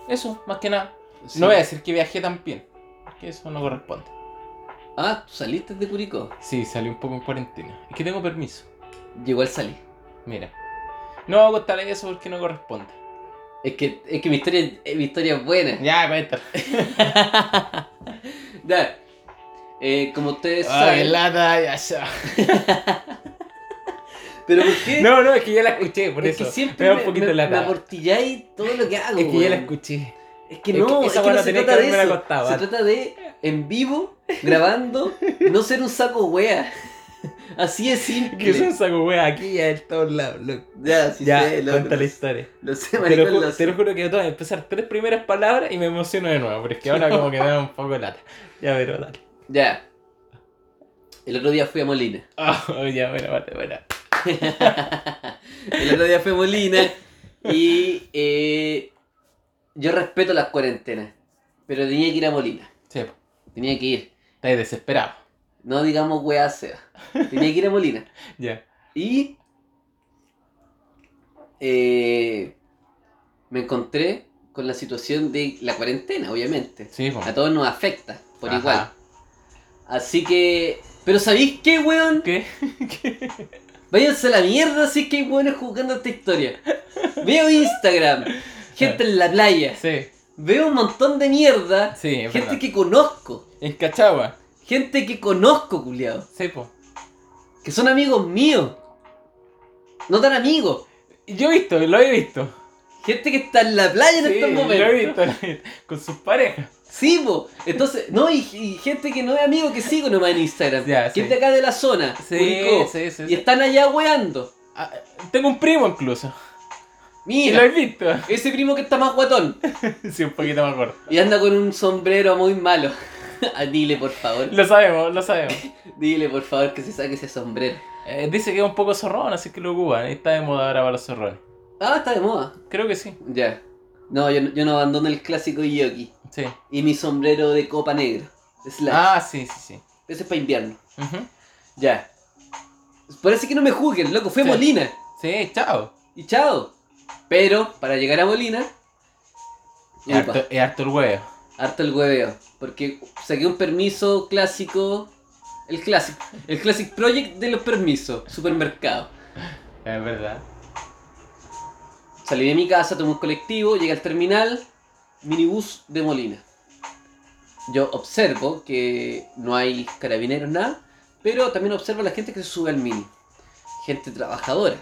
Speaker 2: eso, más que nada.
Speaker 1: Sí.
Speaker 2: No voy a decir que viajé tan bien, que eso no corresponde.
Speaker 1: Ah, tú saliste de Curicó.
Speaker 2: Sí, salí un poco en cuarentena. Es que tengo permiso.
Speaker 1: Yo igual salí.
Speaker 2: Mira. No voy a contar eso porque no corresponde.
Speaker 1: Es que, es que mi historia, eh, mi historia es buena.
Speaker 2: Ya, pues, cuenta.
Speaker 1: Ya. Eh, como ustedes
Speaker 2: Ay,
Speaker 1: saben.
Speaker 2: lata, ya, ya.
Speaker 1: Pero ¿por qué?
Speaker 2: *laughs* No, no, es que ya la escuché, por
Speaker 1: es
Speaker 2: eso.
Speaker 1: que
Speaker 2: me
Speaker 1: siempre
Speaker 2: da un poquito
Speaker 1: me,
Speaker 2: de
Speaker 1: me
Speaker 2: lata.
Speaker 1: aportilláis todo lo que hago.
Speaker 2: es que ya la
Speaker 1: weón.
Speaker 2: escuché.
Speaker 1: Es que
Speaker 2: Es
Speaker 1: no,
Speaker 2: que
Speaker 1: es
Speaker 2: esa
Speaker 1: que,
Speaker 2: weá
Speaker 1: no
Speaker 2: la
Speaker 1: se
Speaker 2: tenés
Speaker 1: trata
Speaker 2: que
Speaker 1: de
Speaker 2: haberme la
Speaker 1: eso.
Speaker 2: contado
Speaker 1: se
Speaker 2: antes. *laughs*
Speaker 1: trata de en vivo, grabando, no ser un saco wea. *laughs* Así es
Speaker 2: Que son
Speaker 1: simple.
Speaker 2: saco wea aquí y en todos lados. loco.
Speaker 1: Ya, sí
Speaker 2: Ya,
Speaker 1: sé, lo,
Speaker 2: cuenta la
Speaker 1: lo,
Speaker 2: historia.
Speaker 1: lo
Speaker 2: *laughs*
Speaker 1: sé,
Speaker 2: Te lo,
Speaker 1: maricón,
Speaker 2: ju-
Speaker 1: lo
Speaker 2: te lo
Speaker 1: sé.
Speaker 2: juro que yo tengo que empezar tres primeras palabras y me emociono de nuevo, pero es que ahora como que me da un poco de lata. Ya, pero dale.
Speaker 1: Ya. El otro día fui a Molina.
Speaker 2: Ah, ya, bueno, vale, bueno.
Speaker 1: El otro día fui a Molina y eh, yo respeto las cuarentenas, pero tenía que ir a Molina.
Speaker 2: Sí, po,
Speaker 1: Tenía que ir.
Speaker 2: estáis desesperado.
Speaker 1: No digamos weá sea. Tenía que ir a Molina.
Speaker 2: Ya.
Speaker 1: Y eh, me encontré con la situación de la cuarentena, obviamente.
Speaker 2: Sí, po.
Speaker 1: A todos nos afecta, por
Speaker 2: Ajá.
Speaker 1: igual. Así que... Pero ¿sabéis qué, weón?
Speaker 2: ¿Qué?
Speaker 1: Váyanse a la mierda si es que hay weones jugando esta historia. Veo Instagram. Gente en la playa.
Speaker 2: Sí,
Speaker 1: Veo un montón de mierda.
Speaker 2: sí, es verdad.
Speaker 1: Gente que conozco.
Speaker 2: En Cachagua.
Speaker 1: Gente que conozco, culiado.
Speaker 2: Sí, po.
Speaker 1: Que son amigos míos. No tan amigos.
Speaker 2: Yo he visto, lo he visto.
Speaker 1: Gente que está en la playa en
Speaker 2: Sí,
Speaker 1: estos
Speaker 2: lo he
Speaker 1: momentos.
Speaker 2: visto, lo he visto. Con sus parejas.
Speaker 1: Sí, po. Entonces, no, y, y gente que no es amigo que sigo nomás en Instagram.
Speaker 2: Ya,
Speaker 1: que
Speaker 2: sí.
Speaker 1: es de acá de la zona. Curicó.
Speaker 2: sí, sí.
Speaker 1: Y están allá weando.
Speaker 2: Ah, tengo un primo incluso. Y lo
Speaker 1: Mira,
Speaker 2: he visto. *laughs*
Speaker 1: ese primo que está más guatón.
Speaker 2: Sí, un poquito más gordo.
Speaker 1: Y anda con un sombrero muy malo. *laughs* Ah, Dile, por favor.
Speaker 2: Lo sabemos, lo sabemos.
Speaker 1: Dile, por favor, que se saque ese sombrero.
Speaker 2: Eh, dice que es un poco zorrón, así que lo ocupan. Está de moda ahora para los zorrones.
Speaker 1: Ah, está de moda.
Speaker 2: Creo que sí.
Speaker 1: Ya. No, yo, yo no abandono el clásico yogi.
Speaker 2: Sí.
Speaker 1: Y mi sombrero de copa negra. Slash.
Speaker 2: Ah, sí, sí, sí.
Speaker 1: Ese es para invierno.
Speaker 2: Ujú.
Speaker 1: Ya. Parece que no me juzguen, loco. Fue
Speaker 2: Sí.
Speaker 1: Molina.
Speaker 2: Sí, chao.
Speaker 1: Y chao. Pero, para llegar a Molina. upa,
Speaker 2: Es harto, es harto el huevo.
Speaker 1: harto el hueveo. Porque saqué un permiso clásico. El clásico. El Classic Project de los permisos. Supermercado.
Speaker 2: Es verdad.
Speaker 1: Salí de mi casa, tomé un colectivo, llegué al terminal, minibús de Molina. Yo observo que no hay carabineros, nada, pero también observo a la gente que se sube al mini. Gente trabajadora,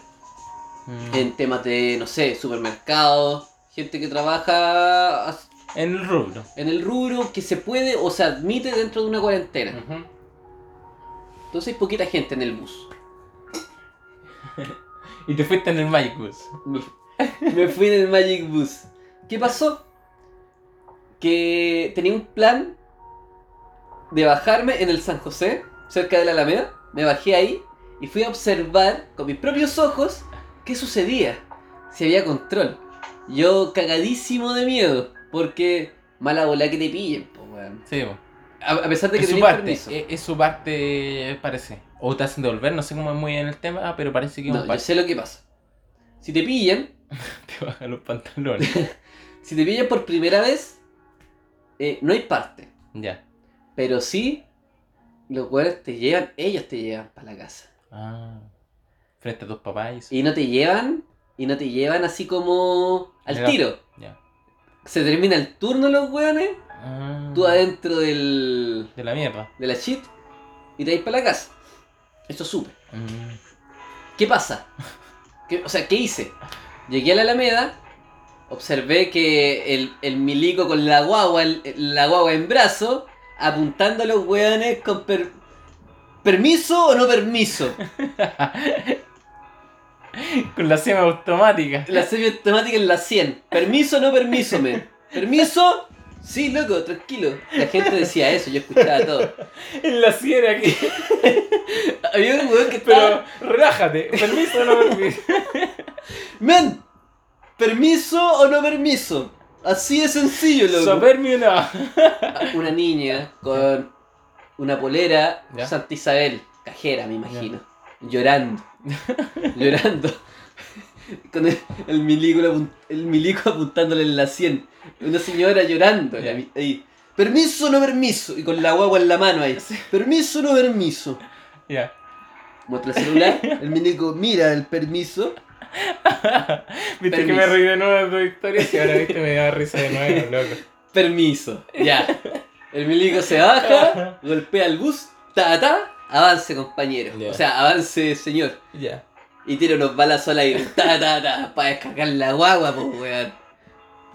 Speaker 2: Mm.
Speaker 1: en temas de, no sé, supermercados, gente que trabaja as-
Speaker 2: En el rubro.
Speaker 1: en el rubro que se puede o se admite dentro de una cuarentena.
Speaker 2: Ujú.
Speaker 1: Entonces hay poquita gente en el bus.
Speaker 2: Y te fuiste en el Magic Bus.
Speaker 1: Me, me fui en el Magic Bus. ¿Qué pasó? Que tenía un plan de bajarme en el San José, cerca de la Alameda. Me bajé ahí y fui a observar con mis propios ojos qué sucedía, si había control. Yo cagadísimo de miedo, porque mala bola que te pillen, po, weón.
Speaker 2: Sí, po.
Speaker 1: A, a pesar de que
Speaker 2: Es su
Speaker 1: tenía
Speaker 2: parte, eh,
Speaker 1: permiso.
Speaker 2: es, es su parte, parece. O te hacen devolver, no sé cómo es muy bien el tema, pero parece que es
Speaker 1: No,
Speaker 2: un
Speaker 1: yo
Speaker 2: parte.
Speaker 1: sé lo que pasa. Si te pillan,
Speaker 2: *laughs* Te bajan los pantalones. *laughs*
Speaker 1: si te pillan por primera vez, eh, no hay parte.
Speaker 2: ya.
Speaker 1: Pero sí, los güeyes te llevan, ellos te llevan para la casa.
Speaker 2: Ah. Frente a tus papás y eso.
Speaker 1: Y no te llevan, y no te llevan así como al
Speaker 2: Mira.
Speaker 1: tiro.
Speaker 2: Ya.
Speaker 1: Se termina el turno los güeyes,
Speaker 2: Ah.
Speaker 1: tú adentro del,
Speaker 2: De la mierda.
Speaker 1: de la shit, y te vas para la casa. Eso supe.
Speaker 2: Mm. *laughs*
Speaker 1: ¿Qué pasa? ¿Qué- o sea, ¿qué hice? Llegué a la Alameda, observé que el, el milico con la guagua, el- la guagua en brazo, apuntando a los weones con per- permiso o no permiso.
Speaker 2: Con la sema automática.
Speaker 1: La semiautomática en la 100. Permiso, no permiso, men. Permiso. Sí, loco, tranquilo. La gente decía eso, yo escuchaba todo.
Speaker 2: En la sierra
Speaker 1: *laughs*
Speaker 2: aquí.
Speaker 1: Había un weón que estaba.
Speaker 2: Pero relájate. Permiso o no permiso.
Speaker 1: ¡Men! ¿Permiso o no permiso? Así de sencillo, loco.
Speaker 2: Sopermi o no. *laughs*
Speaker 1: Una niña con una polera,
Speaker 2: Ya.
Speaker 1: Santa Isabel, cajera, me imagino.
Speaker 2: *laughs*
Speaker 1: Llorando. Llorando. Con el, el milico, apun- el milico apuntándole en la 100. Una señora llorando.
Speaker 2: Ya.
Speaker 1: la- ahí. Permiso o no permiso. Y con la guagua en la mano ahí. Permiso o no permiso.
Speaker 2: Ya.
Speaker 1: Muestra el celular. El milico mira el permiso.
Speaker 2: Viste
Speaker 1: Permiso.
Speaker 2: que me reí de nuevo de tu historia y ahora viste me da risa de nuevo, *laughs* loco.
Speaker 1: Permiso. Ya. El milico se baja.
Speaker 2: *laughs*
Speaker 1: golpea el bus. Ta ta. Avance, compañero.
Speaker 2: Ya.
Speaker 1: O sea, avance, señor.
Speaker 2: Ya.
Speaker 1: Y tira unos balazos al aire. Ta ta ta. Para descargar la guagua, pues weón.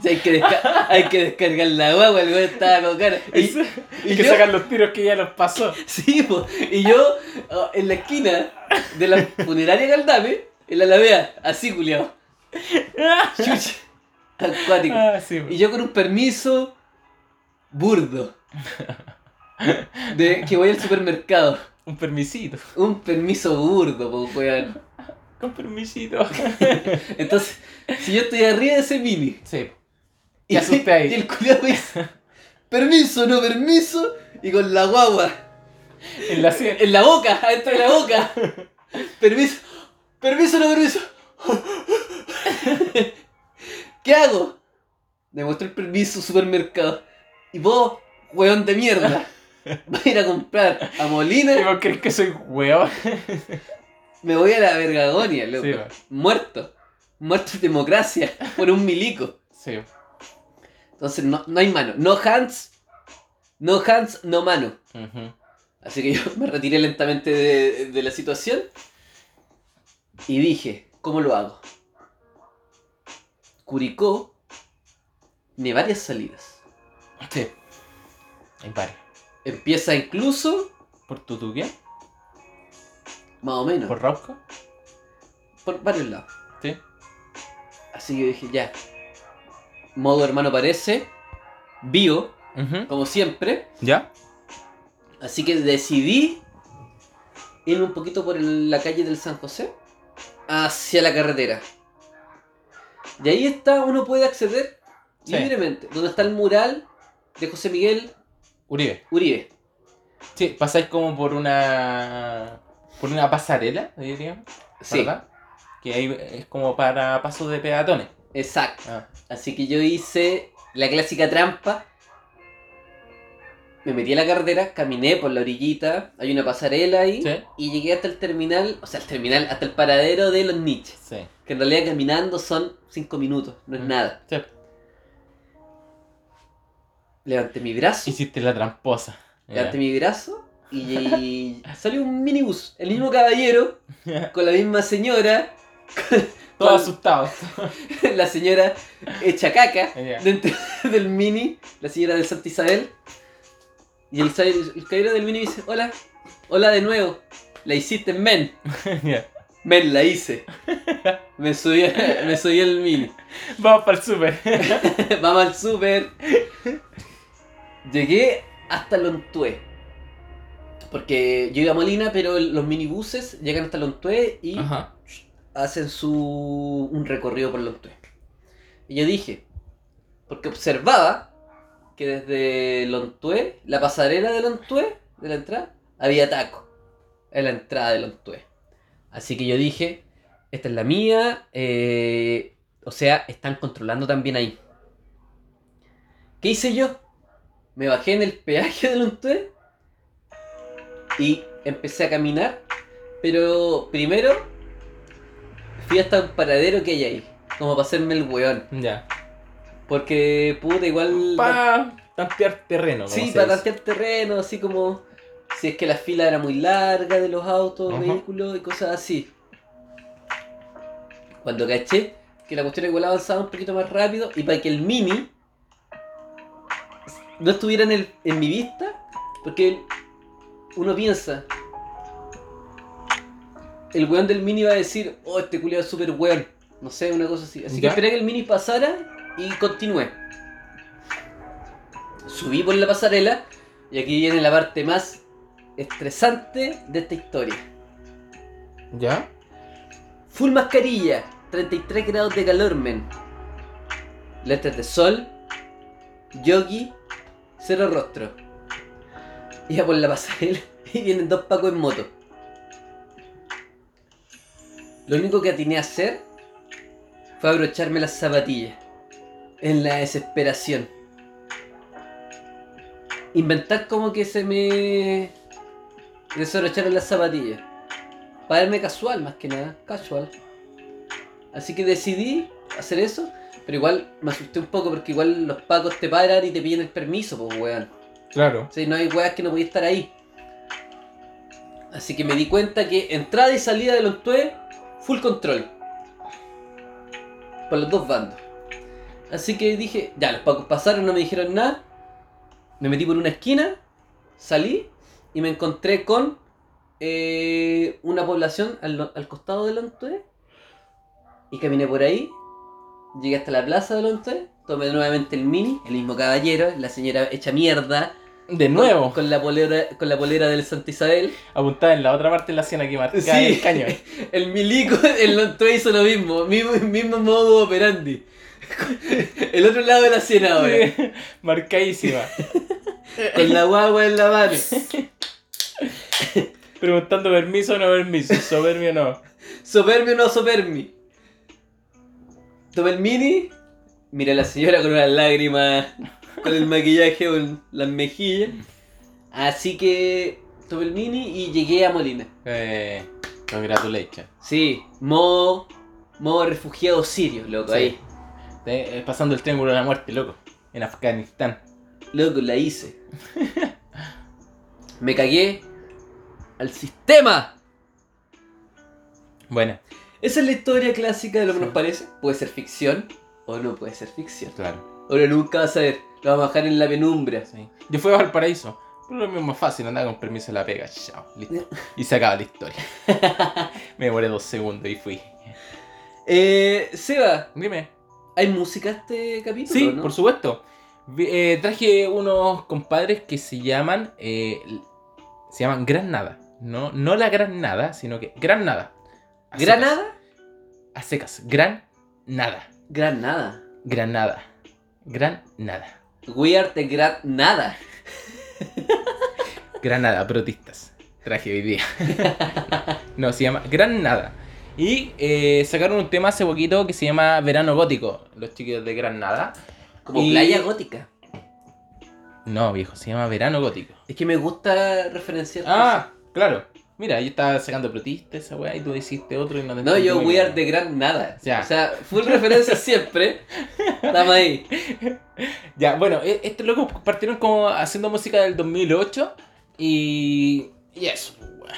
Speaker 1: sea, hay, que desca- hay que descargar la guagua, el güey estaba con cara. Y,
Speaker 2: Es-
Speaker 1: y
Speaker 2: hay que
Speaker 1: yo-
Speaker 2: sacar los tiros que ya los *laughs* pasó.
Speaker 1: sí, po, y yo oh, en la esquina de la funeraria Galdame, en la alameda, así culiao. Chucha, acuático.
Speaker 2: Ah, sí,
Speaker 1: Y yo con un permiso burdo. De que voy al supermercado.
Speaker 2: un permisito.
Speaker 1: Un permiso burdo, po, weón.
Speaker 2: Con permisito.
Speaker 1: Entonces, si yo estoy arriba de ese mini.
Speaker 2: Sí. Te asusté ahí.
Speaker 1: Y el culiado me dice, permiso, no permiso, y con la guagua,
Speaker 2: En la sien.
Speaker 1: en la boca, adentro de la boca. *laughs* Permiso, permiso, no permiso. *laughs* ¿Qué hago? Me muestro el permiso supermercado. Y vos, weón de mierda, *laughs* vas a ir a comprar a
Speaker 2: ¿Y
Speaker 1: Molina,
Speaker 2: vos crees que soy hueón?
Speaker 1: me voy a la vergagonia, loco.
Speaker 2: Sí, va.
Speaker 1: Muerto. Muerto en democracia por un milico.
Speaker 2: Sí.
Speaker 1: Entonces no, no hay mano. No hands. No hands, no mano.
Speaker 2: Ujú.
Speaker 1: Así que yo *laughs* me retiré lentamente de, de la situación. Y dije, ¿cómo lo hago? Curicó tiene varias salidas.
Speaker 2: Sí. Hay varios.
Speaker 1: Empieza incluso,
Speaker 2: ¿Por Tutuquia?
Speaker 1: más o menos,
Speaker 2: ¿Por
Speaker 1: por,
Speaker 2: Rosco?
Speaker 1: varios lados.
Speaker 2: Sí.
Speaker 1: Así que yo dije, ya. Modo hermano parece. Bio, como siempre.
Speaker 2: ¿Ya?
Speaker 1: Así que decidí irme un poquito por el- la calle del San José hacia la carretera. Y ahí está, uno puede acceder
Speaker 2: Sí.
Speaker 1: libremente, donde está el mural de José Miguel
Speaker 2: Uribe.
Speaker 1: Uribe.
Speaker 2: Sí, pasáis como por una. por una pasarela, diríamos.
Speaker 1: Sí,
Speaker 2: ¿Verdad? Que ahí es como para pasos de peatones.
Speaker 1: exacto.
Speaker 2: Ah.
Speaker 1: Así que yo hice la clásica trampa. Me metí a la carretera, caminé por la orillita, hay una pasarela ahí.
Speaker 2: Sí.
Speaker 1: Y llegué hasta el terminal, o sea, el terminal, hasta el paradero de los niches.
Speaker 2: Sí.
Speaker 1: Que en realidad caminando son 5 minutos, no es
Speaker 2: Mm.
Speaker 1: nada.
Speaker 2: Sí.
Speaker 1: Levanté mi brazo,
Speaker 2: Hiciste la tramposa.
Speaker 1: levanté mi brazo y salió un minibús. El mismo caballero, con la misma señora, *laughs*
Speaker 2: Todo
Speaker 1: ¿Cuál?
Speaker 2: asustado. *laughs*
Speaker 1: la señora hecha caca
Speaker 2: Ya.
Speaker 1: dentro *laughs* del mini, la señora del Santa Isabel. Y el, el caballero del mini dice, hola, hola de nuevo, la hiciste men.
Speaker 2: Ya.
Speaker 1: Men, la hice. Me subí, me subí el mini.
Speaker 2: Vamos para el súper.
Speaker 1: *laughs* Vamos al super. Llegué hasta Lontué. Porque yo iba a Molina, pero el- los minibuses llegan hasta Lontué y
Speaker 2: Ajá.
Speaker 1: hacen su un recorrido por Lontué. Y yo dije, porque observaba que desde Lontué, la pasarela de Lontué, de la entrada, había taco en la entrada de Lontué. Así que yo dije, esta es la mía, eh, o sea, están controlando también ahí. ¿Qué hice yo? Me bajé en el peaje de Lontué y empecé a caminar, pero primero fui hasta un paradero que hay ahí, como para hacerme el weón.
Speaker 2: Ya.
Speaker 1: Porque puta, igual.
Speaker 2: Para tantear terreno. como
Speaker 1: sí,
Speaker 2: se
Speaker 1: para
Speaker 2: dice.
Speaker 1: tantear terreno, así como. Si es que la fila era muy larga de los autos,
Speaker 2: Ajá.
Speaker 1: vehículos y cosas así. Cuando caché que la cuestión igual avanzaba un poquito más rápido y para que el mini no estuviera en, el, en mi vista, porque uno piensa. El weón del mini va a decir, oh, este culiado es súper weón. No sé, una cosa así. Así que
Speaker 2: Ya.
Speaker 1: esperé que el mini pasara y continué. Subí por la pasarela y aquí viene la parte más estresante de esta historia.
Speaker 2: ¿Ya?
Speaker 1: Full mascarilla, 33 grados de calor, men. Lentes de sol, yogi, cero rostro. Iba por la pasarela *laughs* y vienen dos pacos en moto. Lo único que atiné a hacer fue abrocharme las zapatillas. En la desesperación. Inventar como que se me desabrocharon las zapatillas. Para verme casual, más que nada, casual. Así que decidí hacer eso, pero igual me asusté un poco porque igual los pacos te paran y te piden el permiso, pues weón.
Speaker 2: Claro.
Speaker 1: O sea, no hay weas que no podía estar ahí. Así que me di cuenta que entrada y salida de los tues, full control. Por los dos bandos. Así que dije, ya, los pacos pasaron, no me dijeron nada. Me metí por una esquina, salí y me encontré con eh, una población al, al costado de Lontué. Y caminé por ahí, llegué hasta la plaza de Lontué, tomé nuevamente el mini, el mismo caballero, la señora hecha mierda.
Speaker 2: De
Speaker 1: con-
Speaker 2: nuevo,
Speaker 1: Con, la, polera, con la polera del Santa Isabel.
Speaker 2: apuntada en la otra parte de la escena que marca
Speaker 1: Sí.
Speaker 2: el cañón.
Speaker 1: El milico *laughs* en Lontué hizo lo mismo, mismo, mismo modo operandi. El otro lado de la cena, güey.
Speaker 2: *laughs* Marcadísima.
Speaker 1: Con la guagua en la mano.
Speaker 2: Preguntando permiso o no permiso, soberbio o no.
Speaker 1: ¿Sopermi o no sopermi? Tomé el mini. Mira a la señora con unas lágrimas, con el maquillaje o en las mejillas. Así que tomé el mini y llegué a Molina.
Speaker 2: Eh, congratulations.
Speaker 1: Sí, modo, modo refugiado sirio, loco,
Speaker 2: Sí.
Speaker 1: ahí.
Speaker 2: Eh, eh, pasando el triángulo de la muerte, loco. En Afganistán.
Speaker 1: Loco, la hice. Me cagué al sistema.
Speaker 2: Bueno,
Speaker 1: Esa es la historia clásica de lo que nos
Speaker 2: Sí.
Speaker 1: parece. Puede ser ficción o no puede ser ficción.
Speaker 2: claro.
Speaker 1: Ahora nunca vas a ver. Lo vamos a dejar en la penumbra.
Speaker 2: sí. Yo fui a Valparaíso. Pero lo mismo es fácil, andaba con permiso de la pega. Chao,
Speaker 1: *laughs*
Speaker 2: listo. Y se acaba la historia. *laughs* Me demoré dos segundos y fui.
Speaker 1: Eh, Seba,
Speaker 2: Dime.
Speaker 1: ¿hay música este capítulo?
Speaker 2: Sí,
Speaker 1: ¿no?
Speaker 2: por supuesto. Vi- eh, traje unos compadres que se llaman. eh, l- se llaman Granada. No, no la Granada, sino que Granada. A secas.
Speaker 1: ¿Granada?
Speaker 2: A secas. Gran nada.
Speaker 1: Granada.
Speaker 2: Granada. Granada.
Speaker 1: We are the Granada.
Speaker 2: Granada, protistas. Traje
Speaker 1: *laughs*
Speaker 2: hoy día. no, se llama Granada. Y eh, sacaron un tema hace poquito que se llama Verano Gótico. Los chicos de Granada.
Speaker 1: Como
Speaker 2: Y-
Speaker 1: playa gótica.
Speaker 2: No, viejo, se llama Verano Gótico.
Speaker 1: Es que me gusta referenciar.
Speaker 2: Ah, claro. Mira, yo estaba sacando protista esa weá y tú hiciste otro y no te
Speaker 1: cosas. No, yo
Speaker 2: entendí
Speaker 1: We are
Speaker 2: nada.
Speaker 1: the Granada.
Speaker 2: Ya.
Speaker 1: O sea, full referencia
Speaker 2: *laughs*
Speaker 1: siempre. Estamos ahí.
Speaker 2: Ya, bueno, e- este loco partieron como haciendo música del 2008 y. Y eso, weón.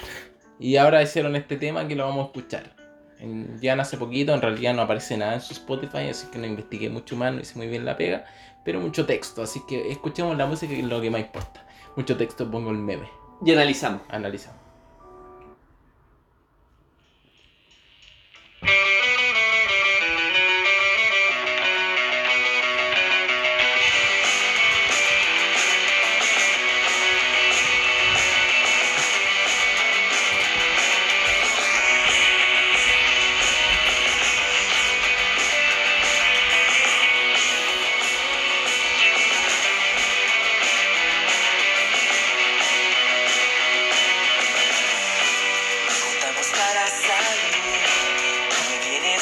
Speaker 2: Y ahora hicieron este tema que lo vamos a escuchar. En- Llegan hace poquito, en realidad no aparece nada en su Spotify, así que no investigué mucho más, no hice muy bien la pega, pero mucho texto, así que escuchemos la música que es lo que más importa. Mucho texto, pongo el meme,
Speaker 1: Y analizamos.
Speaker 2: analizamos.
Speaker 3: Contamos para salir, muy bien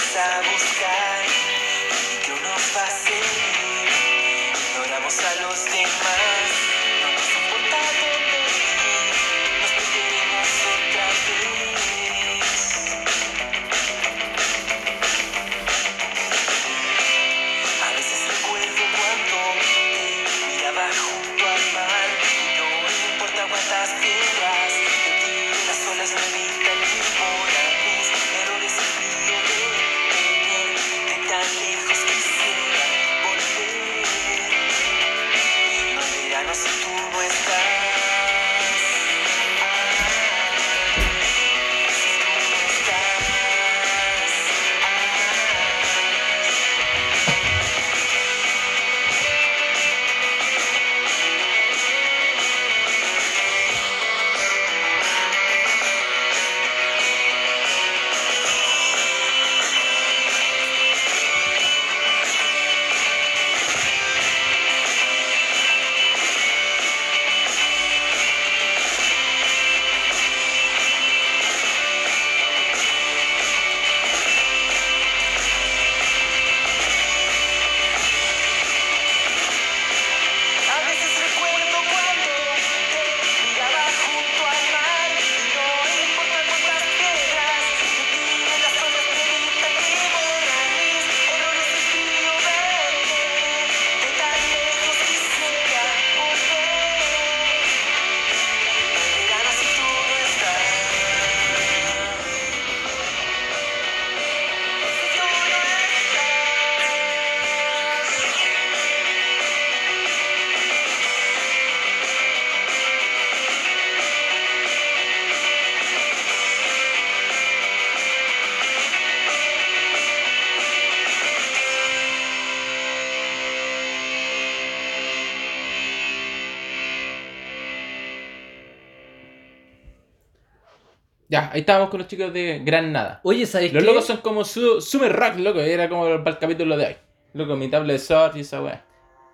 Speaker 2: Ya, ahí estábamos con los chicos de Granada.
Speaker 3: Oye, ¿sabes
Speaker 2: Los
Speaker 3: qué?
Speaker 2: locos son como su, Summer Rock, loco. Era como para el capítulo de hoy. Loco, mi tabla de surf y esa weá.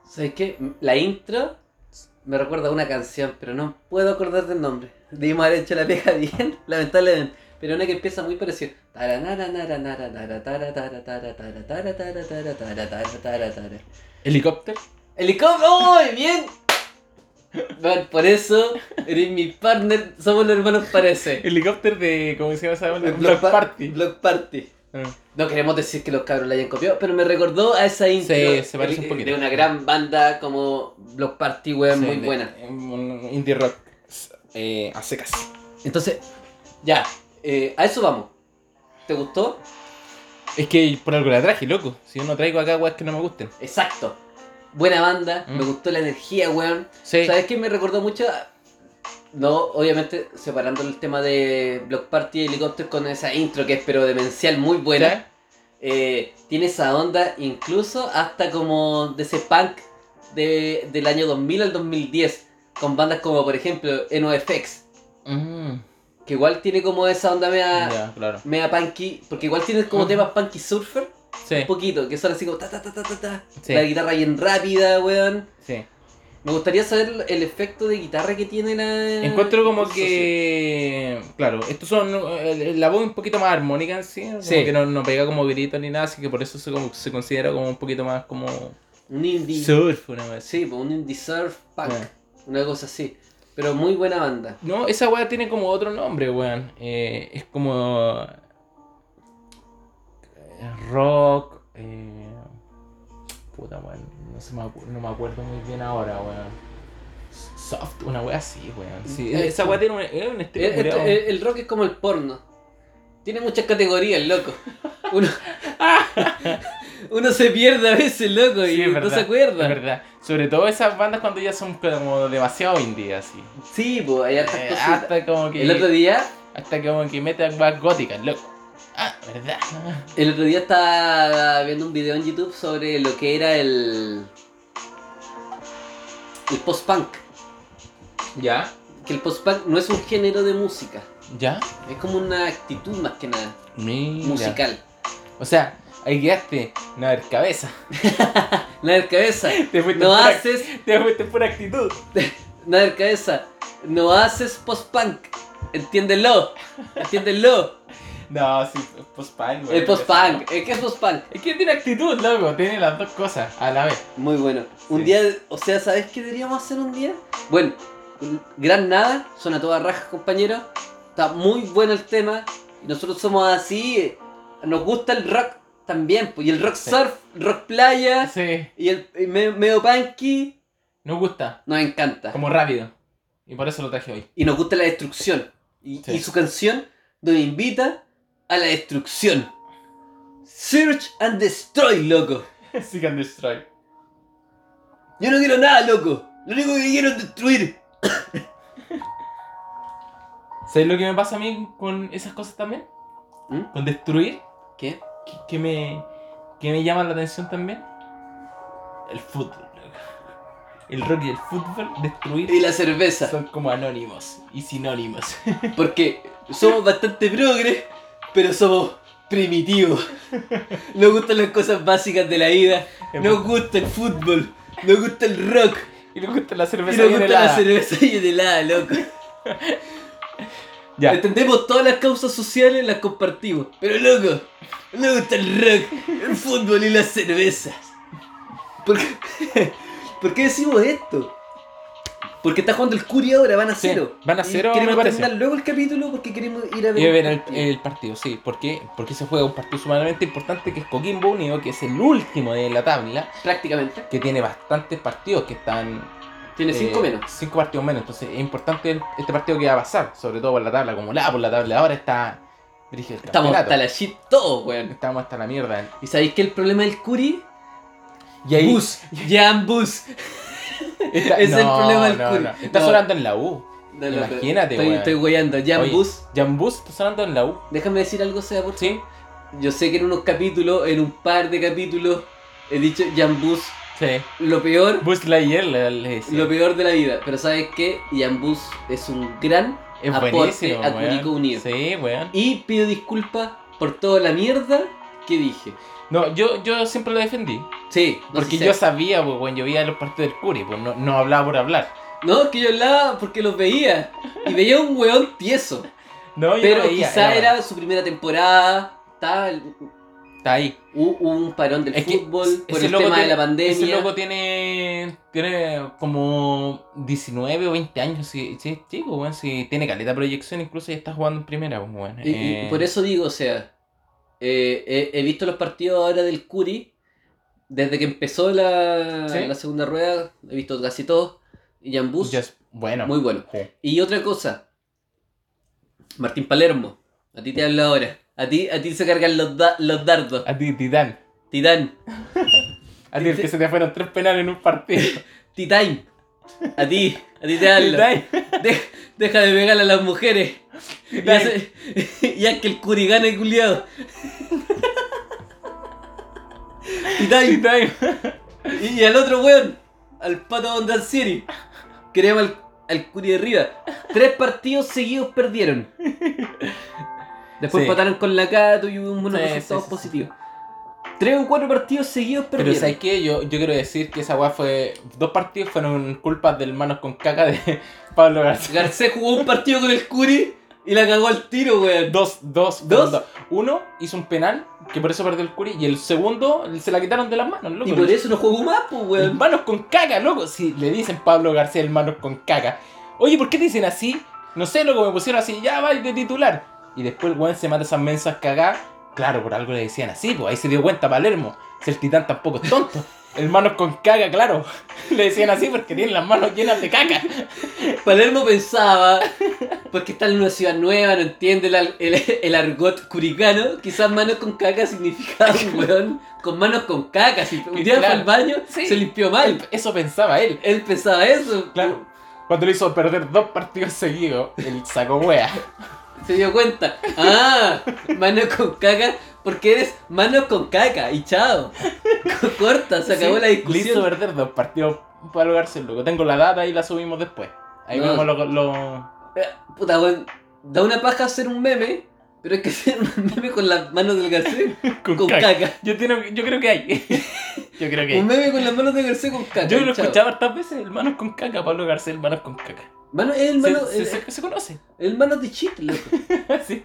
Speaker 1: ¿Sabes qué? La intro me recuerda a una canción, pero no puedo acordar del nombre. Debimos haber hecho la pega bien, *laughs* lamentablemente. Pero una que empieza muy parecida. Taranaranaranara, tara, tara, tara, tara, tara, tara, tara, tara, tara, tara, tara.
Speaker 2: Helicóptero.
Speaker 1: ¡Helicóptero! ¡Oh, bien! Bueno, por eso eres mi partner, somos los hermanos parece.
Speaker 2: Helicóptero de. ¿Cómo se llama esa banda?
Speaker 1: Block
Speaker 2: Block
Speaker 1: pa-
Speaker 2: Party.
Speaker 1: Block Party.
Speaker 2: Ah.
Speaker 1: No queremos decir que los cabros la hayan copiado, pero me recordó a esa intro
Speaker 2: Sí, se parece
Speaker 1: de-
Speaker 2: un poquito.
Speaker 1: de una gran banda como Block Party, weón,
Speaker 2: Sí,
Speaker 1: muy
Speaker 2: de-
Speaker 1: buena.
Speaker 2: Un indie rock. Eh, a secas.
Speaker 1: Entonces, ya, eh, a eso vamos. ¿Te gustó?
Speaker 2: Es que por algo la traje, loco. Si yo no traigo acá weas que no me gusten.
Speaker 1: Exacto. Buena banda,
Speaker 2: Mm.
Speaker 1: me gustó la energía, weón.
Speaker 2: Sí.
Speaker 1: ¿Sabes qué me recordó mucho? a- No, obviamente separando el tema de Block Party y Helicopter con esa intro que es pero demencial, muy buena. Eh, tiene esa onda incluso hasta como de ese punk de- del año 2000 al 2010. Con bandas como por ejemplo NoFX.
Speaker 2: Mm,
Speaker 1: Que igual tiene como esa onda media,
Speaker 2: ya, claro.
Speaker 1: media punky. Porque igual tiene como
Speaker 2: Ujú.
Speaker 1: temas punky surfer.
Speaker 2: Sí,
Speaker 1: Un poquito, que son así como ta ta ta ta ta ta.
Speaker 2: Sí.
Speaker 1: La guitarra bien rápida, weón.
Speaker 2: sí.
Speaker 1: Me gustaría saber el efecto de guitarra que tiene la.
Speaker 2: Encuentro como
Speaker 1: Sí.
Speaker 2: que. Claro, estos son. eh, La voz un poquito más armónica en sí. Como
Speaker 1: Sí.
Speaker 2: que no, no pega como grito ni nada, así que por eso se, como- se considera como un poquito más como.
Speaker 1: Un indie.
Speaker 2: Surf, una vez.
Speaker 1: Sí, pues, un indie surf punk.
Speaker 2: Ya.
Speaker 1: Una cosa así. Pero muy buena banda.
Speaker 2: No, esa weá tiene como otro nombre, weón. Eh, es como. eh, Rock. eh, Puta, weón. No, se me acu- no me acuerdo muy bien ahora, weón. Soft, una weá así, weón. Sí,
Speaker 1: Eh,
Speaker 2: esa weá tiene un, era un estilo
Speaker 1: El,
Speaker 2: culiao.
Speaker 1: Eh, el- el rock es como el porno. Tiene muchas categorías, loco.
Speaker 2: *laughs*
Speaker 1: Uno, Uno se pierde a veces, loco,
Speaker 2: Sí,
Speaker 1: y
Speaker 2: es
Speaker 1: no
Speaker 2: verdad,
Speaker 1: se acuerda.
Speaker 2: Es verdad. Sobre todo esas bandas cuando ya son como demasiado indie, así.
Speaker 1: Sí, pues, hay hartas
Speaker 2: Eh,
Speaker 1: cositas.
Speaker 2: hasta como que.
Speaker 1: El otro día
Speaker 2: Hasta como que meten weas góticas, loco. Ah, verdad.
Speaker 1: El otro día estaba viendo un video en YouTube sobre lo que era el. el post-punk.
Speaker 2: ¿Ya?
Speaker 1: Que el post-punk no es un género de música,
Speaker 2: ¿Ya?
Speaker 1: es como una actitud más que nada,
Speaker 2: Mira.
Speaker 1: musical.
Speaker 2: O sea, ahí quedaste, no haber cabeza.
Speaker 1: Nada de cabeza,
Speaker 2: *laughs* Te fuiste,
Speaker 1: no
Speaker 2: pura,
Speaker 1: haces.
Speaker 2: *laughs* te fuiste pura actitud.
Speaker 1: Nada de cabeza, no haces post-punk. Entiéndelo,
Speaker 2: *laughs*
Speaker 1: entiéndelo.
Speaker 2: No, sí, post-punk, güey.
Speaker 1: El post-punk, ¿eh, ¿qué es post-punk?
Speaker 2: Es que tiene actitud, loco, tiene las dos cosas a la vez.
Speaker 1: Muy bueno. Un
Speaker 2: Sí.
Speaker 1: día, o sea, ¿sabes qué deberíamos hacer un día? Bueno, gran nada, suena toda raja, compañero. Está muy bueno el tema. Y nosotros somos así. eh, Nos gusta el rock también, pues, y el rock
Speaker 2: Sí.
Speaker 1: surf, rock playa,
Speaker 2: Sí,
Speaker 1: y el y me- medio punky,
Speaker 2: nos gusta,
Speaker 1: nos encanta.
Speaker 2: como rápido. Y por eso lo traje hoy.
Speaker 1: Y nos gusta la destrucción. Y,
Speaker 2: Sí.
Speaker 1: y su canción nos invita a la destrucción. Search and destroy, loco.
Speaker 2: *laughs* Seek and Destroy.
Speaker 1: Yo no quiero nada, loco. Lo único que quiero es destruir.
Speaker 2: ¿Sabes lo que me pasa a mí con esas cosas también?
Speaker 1: ¿Mm?
Speaker 2: Con destruir,
Speaker 1: ¿Qué?
Speaker 2: que, que me, que me llama la atención también. El fútbol, loco. El rock y el fútbol, destruir,
Speaker 1: Y la cerveza.
Speaker 2: son como anónimos y sinónimos.
Speaker 1: Porque somos bastante progres, pero somos primitivos. Nos gustan las cosas básicas de la vida. Nos gusta el fútbol. Nos gusta el rock.
Speaker 2: *laughs* Y le gusta la
Speaker 1: Y
Speaker 2: cerveza
Speaker 1: nos
Speaker 2: bien
Speaker 1: gusta
Speaker 2: helada.
Speaker 1: la cerveza y el helado, loco.
Speaker 2: Ya.
Speaker 1: Entendemos todas las causas sociales, las compartimos. Pero loco, nos gusta el rock, el fútbol y las cervezas. ¿Por qué, *laughs* ¿Por qué decimos esto? Porque está jugando el Curi ahora, van a
Speaker 2: Sí,
Speaker 1: cero.
Speaker 2: van a
Speaker 1: Y
Speaker 2: cero,
Speaker 1: Queremos
Speaker 2: me parece.
Speaker 1: terminar luego el capítulo porque queremos ir a ver.
Speaker 2: Y
Speaker 1: un
Speaker 2: ver el,
Speaker 1: partido.
Speaker 2: el partido, sí. ¿Por qué? Porque se juega un partido sumamente importante que es Coquimbo Unido, que es el último de la tabla,
Speaker 1: Prácticamente.
Speaker 2: que tiene bastantes partidos que están.
Speaker 1: Tiene
Speaker 2: eh,
Speaker 1: 5 menos.
Speaker 2: Cinco partidos menos. Entonces es importante el- este partido que va a pasar, sobre todo por la tabla acumulada, por la tabla ahora está. Dirige el
Speaker 1: Estamos
Speaker 2: campeonato.
Speaker 1: hasta la shit todos, weón.
Speaker 2: Estamos hasta la mierda.
Speaker 1: ¿Y sabéis que el problema del Curi?
Speaker 2: Y
Speaker 1: *laughs*
Speaker 2: ahí.
Speaker 1: Bus. Jan Bus.
Speaker 2: está-
Speaker 1: es el problema del
Speaker 2: no,
Speaker 1: Curi.
Speaker 2: no. Está
Speaker 1: No.
Speaker 2: sonando en la U.
Speaker 1: No, no,
Speaker 2: Imagínate,
Speaker 1: estoy,
Speaker 2: weón.
Speaker 1: estoy weyando. Jan
Speaker 2: Oye.
Speaker 1: Bus.
Speaker 2: Jambus está sonando en la U.
Speaker 1: Déjame decir algo, Seba, por
Speaker 2: Sí,
Speaker 1: Yo sé que en unos capítulos, en un par de capítulos, he dicho Jan Bus
Speaker 2: sí.
Speaker 1: lo peor,
Speaker 2: Bus Lightyear le, le decía.
Speaker 1: lo peor de la vida. Pero sabes que Jan Bus es un gran
Speaker 2: Es
Speaker 1: Aporte
Speaker 2: buenísimo,
Speaker 1: a
Speaker 2: weón.
Speaker 1: Curicó Unido.
Speaker 2: Sí, weón.
Speaker 1: Y pido disculpas por toda la mierda que dije.
Speaker 2: No, yo, yo siempre lo defendí.
Speaker 1: Sí, no
Speaker 2: Porque
Speaker 1: sé
Speaker 2: yo
Speaker 1: si-
Speaker 2: sabía, pues, weón, yo veía los partidos del Curi, pues, no, no hablaba por hablar.
Speaker 1: No, que yo hablaba porque los veía. Y veía un weón tieso.
Speaker 2: No, *laughs* yo
Speaker 1: Pero
Speaker 2: no veía,
Speaker 1: quizá era su primera temporada, tal,
Speaker 2: Está ahí.
Speaker 1: hubo un parón del
Speaker 2: Es que
Speaker 1: fútbol por
Speaker 2: ese
Speaker 1: el
Speaker 2: loco
Speaker 1: tema de
Speaker 2: tiene-
Speaker 1: la
Speaker 2: Ese
Speaker 1: pandemia.
Speaker 2: loco tiene, tiene como 19 o 20 años, sí, sí, es chico, weón, sí, tiene caleta de proyección, incluso ya está jugando en primera, pues, weón.
Speaker 1: Y- y
Speaker 2: Eh,
Speaker 1: por eso digo, o sea, eh, he, he visto los partidos ahora del Curi, desde que empezó la,
Speaker 2: Sí.
Speaker 1: la segunda rueda, he visto casi todos, y Jambus,
Speaker 2: ya es- bueno,
Speaker 1: muy bueno.
Speaker 2: sí.
Speaker 1: Y otra cosa, Martín Palermo, a ti te hablo ahora, a ti, a ti se cargan los, da- los dardos,
Speaker 2: a ti, Titán.
Speaker 1: Titán,
Speaker 2: A ti, el que se te fueron tres penales en un
Speaker 1: *laughs*
Speaker 2: partido.
Speaker 1: Titán, a ti, a ti te hablo.
Speaker 2: Titán.
Speaker 1: De- deja de pegar a las mujeres. Y
Speaker 2: Dale.
Speaker 1: hace- *laughs* y haz que el curi gane,
Speaker 2: *laughs*
Speaker 1: culiado. Y, dai-
Speaker 2: Titán.
Speaker 1: y- y al otro weón, al pato Bondancieri, que le llama al, al curi de arriba. Tres partidos seguidos perdieron. Después
Speaker 2: Sí.
Speaker 1: pataron con la Cato y hubo unos
Speaker 2: Sí,
Speaker 1: resultados
Speaker 2: sí, sí, sí.
Speaker 1: positivos. Tres o cuatro partidos seguidos
Speaker 2: Pero
Speaker 1: perdieron.
Speaker 2: ¿sabes qué? Yo, yo quiero decir que esa weá fue. Dos partidos fueron culpas del manos con caca de *laughs* Pablo García.
Speaker 1: Garcés jugó un partido con el curi y la cagó al tiro, weón.
Speaker 2: Dos, dos,
Speaker 1: ¿Dos?
Speaker 2: fueron Uno hizo un penal, que por eso perdió el Curi, y el segundo se la quitaron de las manos, loco.
Speaker 1: Y por eso no jugó más, pues,
Speaker 2: El
Speaker 1: weón.
Speaker 2: manos con caca, loco. Si le dicen Pablo García el manos con caca. Oye, ¿por qué te dicen así? No sé, loco, me pusieron así, ya va de titular. Y después el weón se mata esas mensas cagadas. Claro, por algo le decían así, pues ahí se dio cuenta Palermo. Si el titán tampoco es tonto. El manos con caca, claro. *laughs* Le decían así porque tienen las manos llenas de caca.
Speaker 1: Palermo pensaba, porque está en una ciudad nueva, no entiende el, al- el- el argot curicano, quizás manos con caca significaba
Speaker 2: *laughs*
Speaker 1: un weón con manos con caca. Si un día fue
Speaker 2: Claro.
Speaker 1: al baño,
Speaker 2: Sí.
Speaker 1: se limpió mal.
Speaker 2: Eso pensaba él.
Speaker 1: Él pensaba eso.
Speaker 2: Claro. Cuando le hizo perder dos partidos seguidos, él sacó wea.
Speaker 1: Se dio cuenta. Ah, manos con caca, porque eres manos con caca y chao. Co- Corta, se acabó
Speaker 2: Sí,
Speaker 1: la
Speaker 2: Le hizo
Speaker 1: discusión.
Speaker 2: perder dos partidos Pablo García, loco. Tengo la data y la subimos después. Ahí
Speaker 1: No.
Speaker 2: vemos lo- lo...
Speaker 1: Eh, Puta, weón, da una paja hacer un meme, pero hay que hacer un meme con las manos del Garcés
Speaker 2: con,
Speaker 1: con
Speaker 2: caca.
Speaker 1: caca.
Speaker 2: Yo, tengo- yo creo que hay. *laughs* yo creo que
Speaker 1: Un
Speaker 2: hay.
Speaker 1: meme con las manos del Garcés con caca.
Speaker 2: Yo lo he
Speaker 1: chao.
Speaker 2: escuchado hartas veces, hermanos con caca, Pablo García, hermanos con caca.
Speaker 1: Mano, es el
Speaker 2: Se,
Speaker 1: mano,
Speaker 2: se-
Speaker 1: el,
Speaker 2: se- se conoce. *laughs*
Speaker 1: el mano de chit, loco.
Speaker 2: Sí.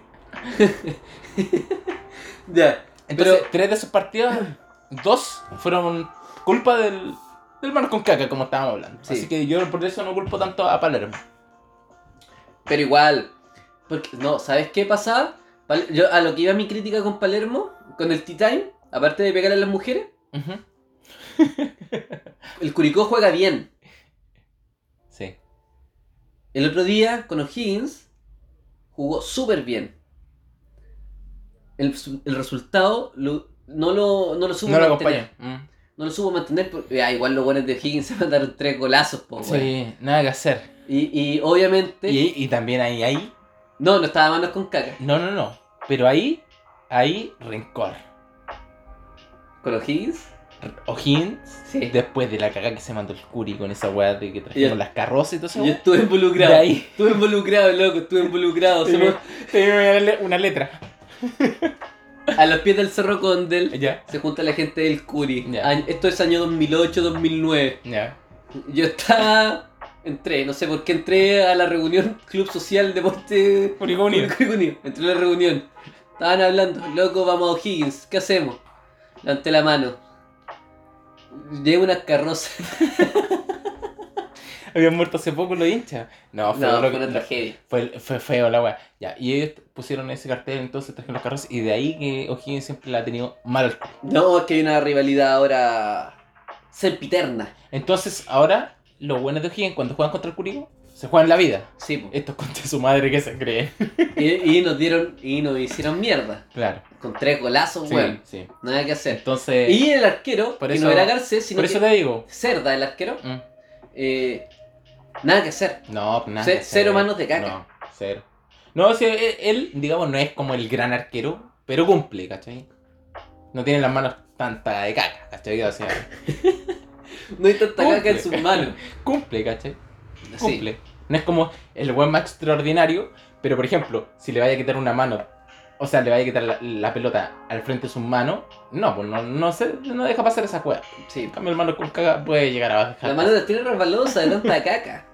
Speaker 1: ya.
Speaker 2: Entonces,
Speaker 1: pero,
Speaker 2: tres de esos partidos, dos fueron culpa del, del manos con caca, como estábamos hablando.
Speaker 1: Sí.
Speaker 2: Así que yo por eso no culpo tanto a Palermo.
Speaker 1: pero igual. Porque, no, ¿sabes qué pasaba? Pal- yo, a lo que iba mi crítica con Palermo, con el Tea Time, aparte de pegar a las mujeres,
Speaker 2: Ujú.
Speaker 1: el Curicó juega bien.
Speaker 2: Sí.
Speaker 1: El otro día, con O'Higgins, jugó súper bien. El, su- el resultado lo- no lo, no lo supo
Speaker 2: No lo
Speaker 1: mantener.
Speaker 2: acompaña. Mm.
Speaker 1: No lo supo mantener. Porque, ah, igual los buenos de O'Higgins *laughs* se mandaron tres golazos,
Speaker 2: Oh,
Speaker 1: po, weón.
Speaker 2: Sí, nada que hacer.
Speaker 1: y, y obviamente.
Speaker 2: Y, y también ahí, ahí.
Speaker 1: No, no estaba manos con caca.
Speaker 2: No, no, no. Pero ahí, ahí, rencor.
Speaker 1: ¿Con O'Higgins?
Speaker 2: O'Higgins,
Speaker 1: Sí.
Speaker 2: *laughs* después de la cagada que se mandó el Curi con esa weá de que trajimos
Speaker 1: Ya.
Speaker 2: las carrozas y todo eso.
Speaker 1: Yo estuve involucrado.
Speaker 2: De ahí.
Speaker 1: Estuve involucrado, loco, estuve
Speaker 2: oh, *laughs*
Speaker 1: involucrado. Somos
Speaker 2: una letra.
Speaker 1: a los pies del Cerro Condel
Speaker 2: Ya.
Speaker 1: se junta la gente del Curi.
Speaker 2: Ya.
Speaker 1: Año- Esto es año 2008-2009.
Speaker 2: Ya.
Speaker 1: Yo estaba... Entré, no sé por qué entré a la reunión Club Social Deporte...
Speaker 2: Curicó Unido.
Speaker 1: Curicó Unido. Entré a la reunión. Estaban hablando, loco, vamos a O'Higgins, ¿qué hacemos? Levanté la mano. Llevo una carroza.
Speaker 2: Habían muerto hace poco los hinchas. No, Ah, fue,
Speaker 1: No,
Speaker 2: lo
Speaker 1: fue
Speaker 2: que-
Speaker 1: una tragedia.
Speaker 2: fue- fue feo la weá. Ya. Y ellos pusieron ese cartel, entonces trajeron las carrozas. Y de ahí que O'Higgins siempre la ha tenido mal al culo.
Speaker 1: No, es que hay una rivalidad ahora... Sempiterna.
Speaker 2: Entonces, ahora, los buenos de O'Higgins, cuando juegan contra el Curicó, se juegan la vida.
Speaker 1: Sí, po.
Speaker 2: Estos contra su madre que se creen. *laughs*
Speaker 1: Y, y nos dieron, y nos hicieron mierda.
Speaker 2: Claro.
Speaker 1: Con tres golazos,
Speaker 2: Sí,
Speaker 1: weón.
Speaker 2: sí.
Speaker 1: Nada que hacer.
Speaker 2: Entonces,
Speaker 1: y el arquero,
Speaker 2: por
Speaker 1: que
Speaker 2: eso-
Speaker 1: no era Garcés, sino
Speaker 2: por eso
Speaker 1: que
Speaker 2: te digo.
Speaker 1: Cerda, el arquero,
Speaker 2: Mm.
Speaker 1: eh, nada que hacer.
Speaker 2: No, pues nada.
Speaker 1: Ce-
Speaker 2: que hacer.
Speaker 1: cero manos de caca.
Speaker 2: No, cero. No, o sea, él, él, digamos, no es como el gran arquero, pero cumple, ¿cachai? No tiene las manos tanta de caca, ¿cachai? O sea,
Speaker 1: No hay tanta
Speaker 2: Cumple.
Speaker 1: caca en sus manos.
Speaker 2: cumple, ¿cachai?
Speaker 1: Sí.
Speaker 2: Cumple. No es como el buen más extraordinario, pero por ejemplo, si le vaya a quitar una mano, o sea, le vaya a quitar la, la pelota al frente de su mano, no, pues no, no, se, no deja pasar esa cueva.
Speaker 1: Sí.
Speaker 2: En cambio, el mano con caga puede llegar a bajar.
Speaker 1: La mano de tiro resbalosa de tanta caca.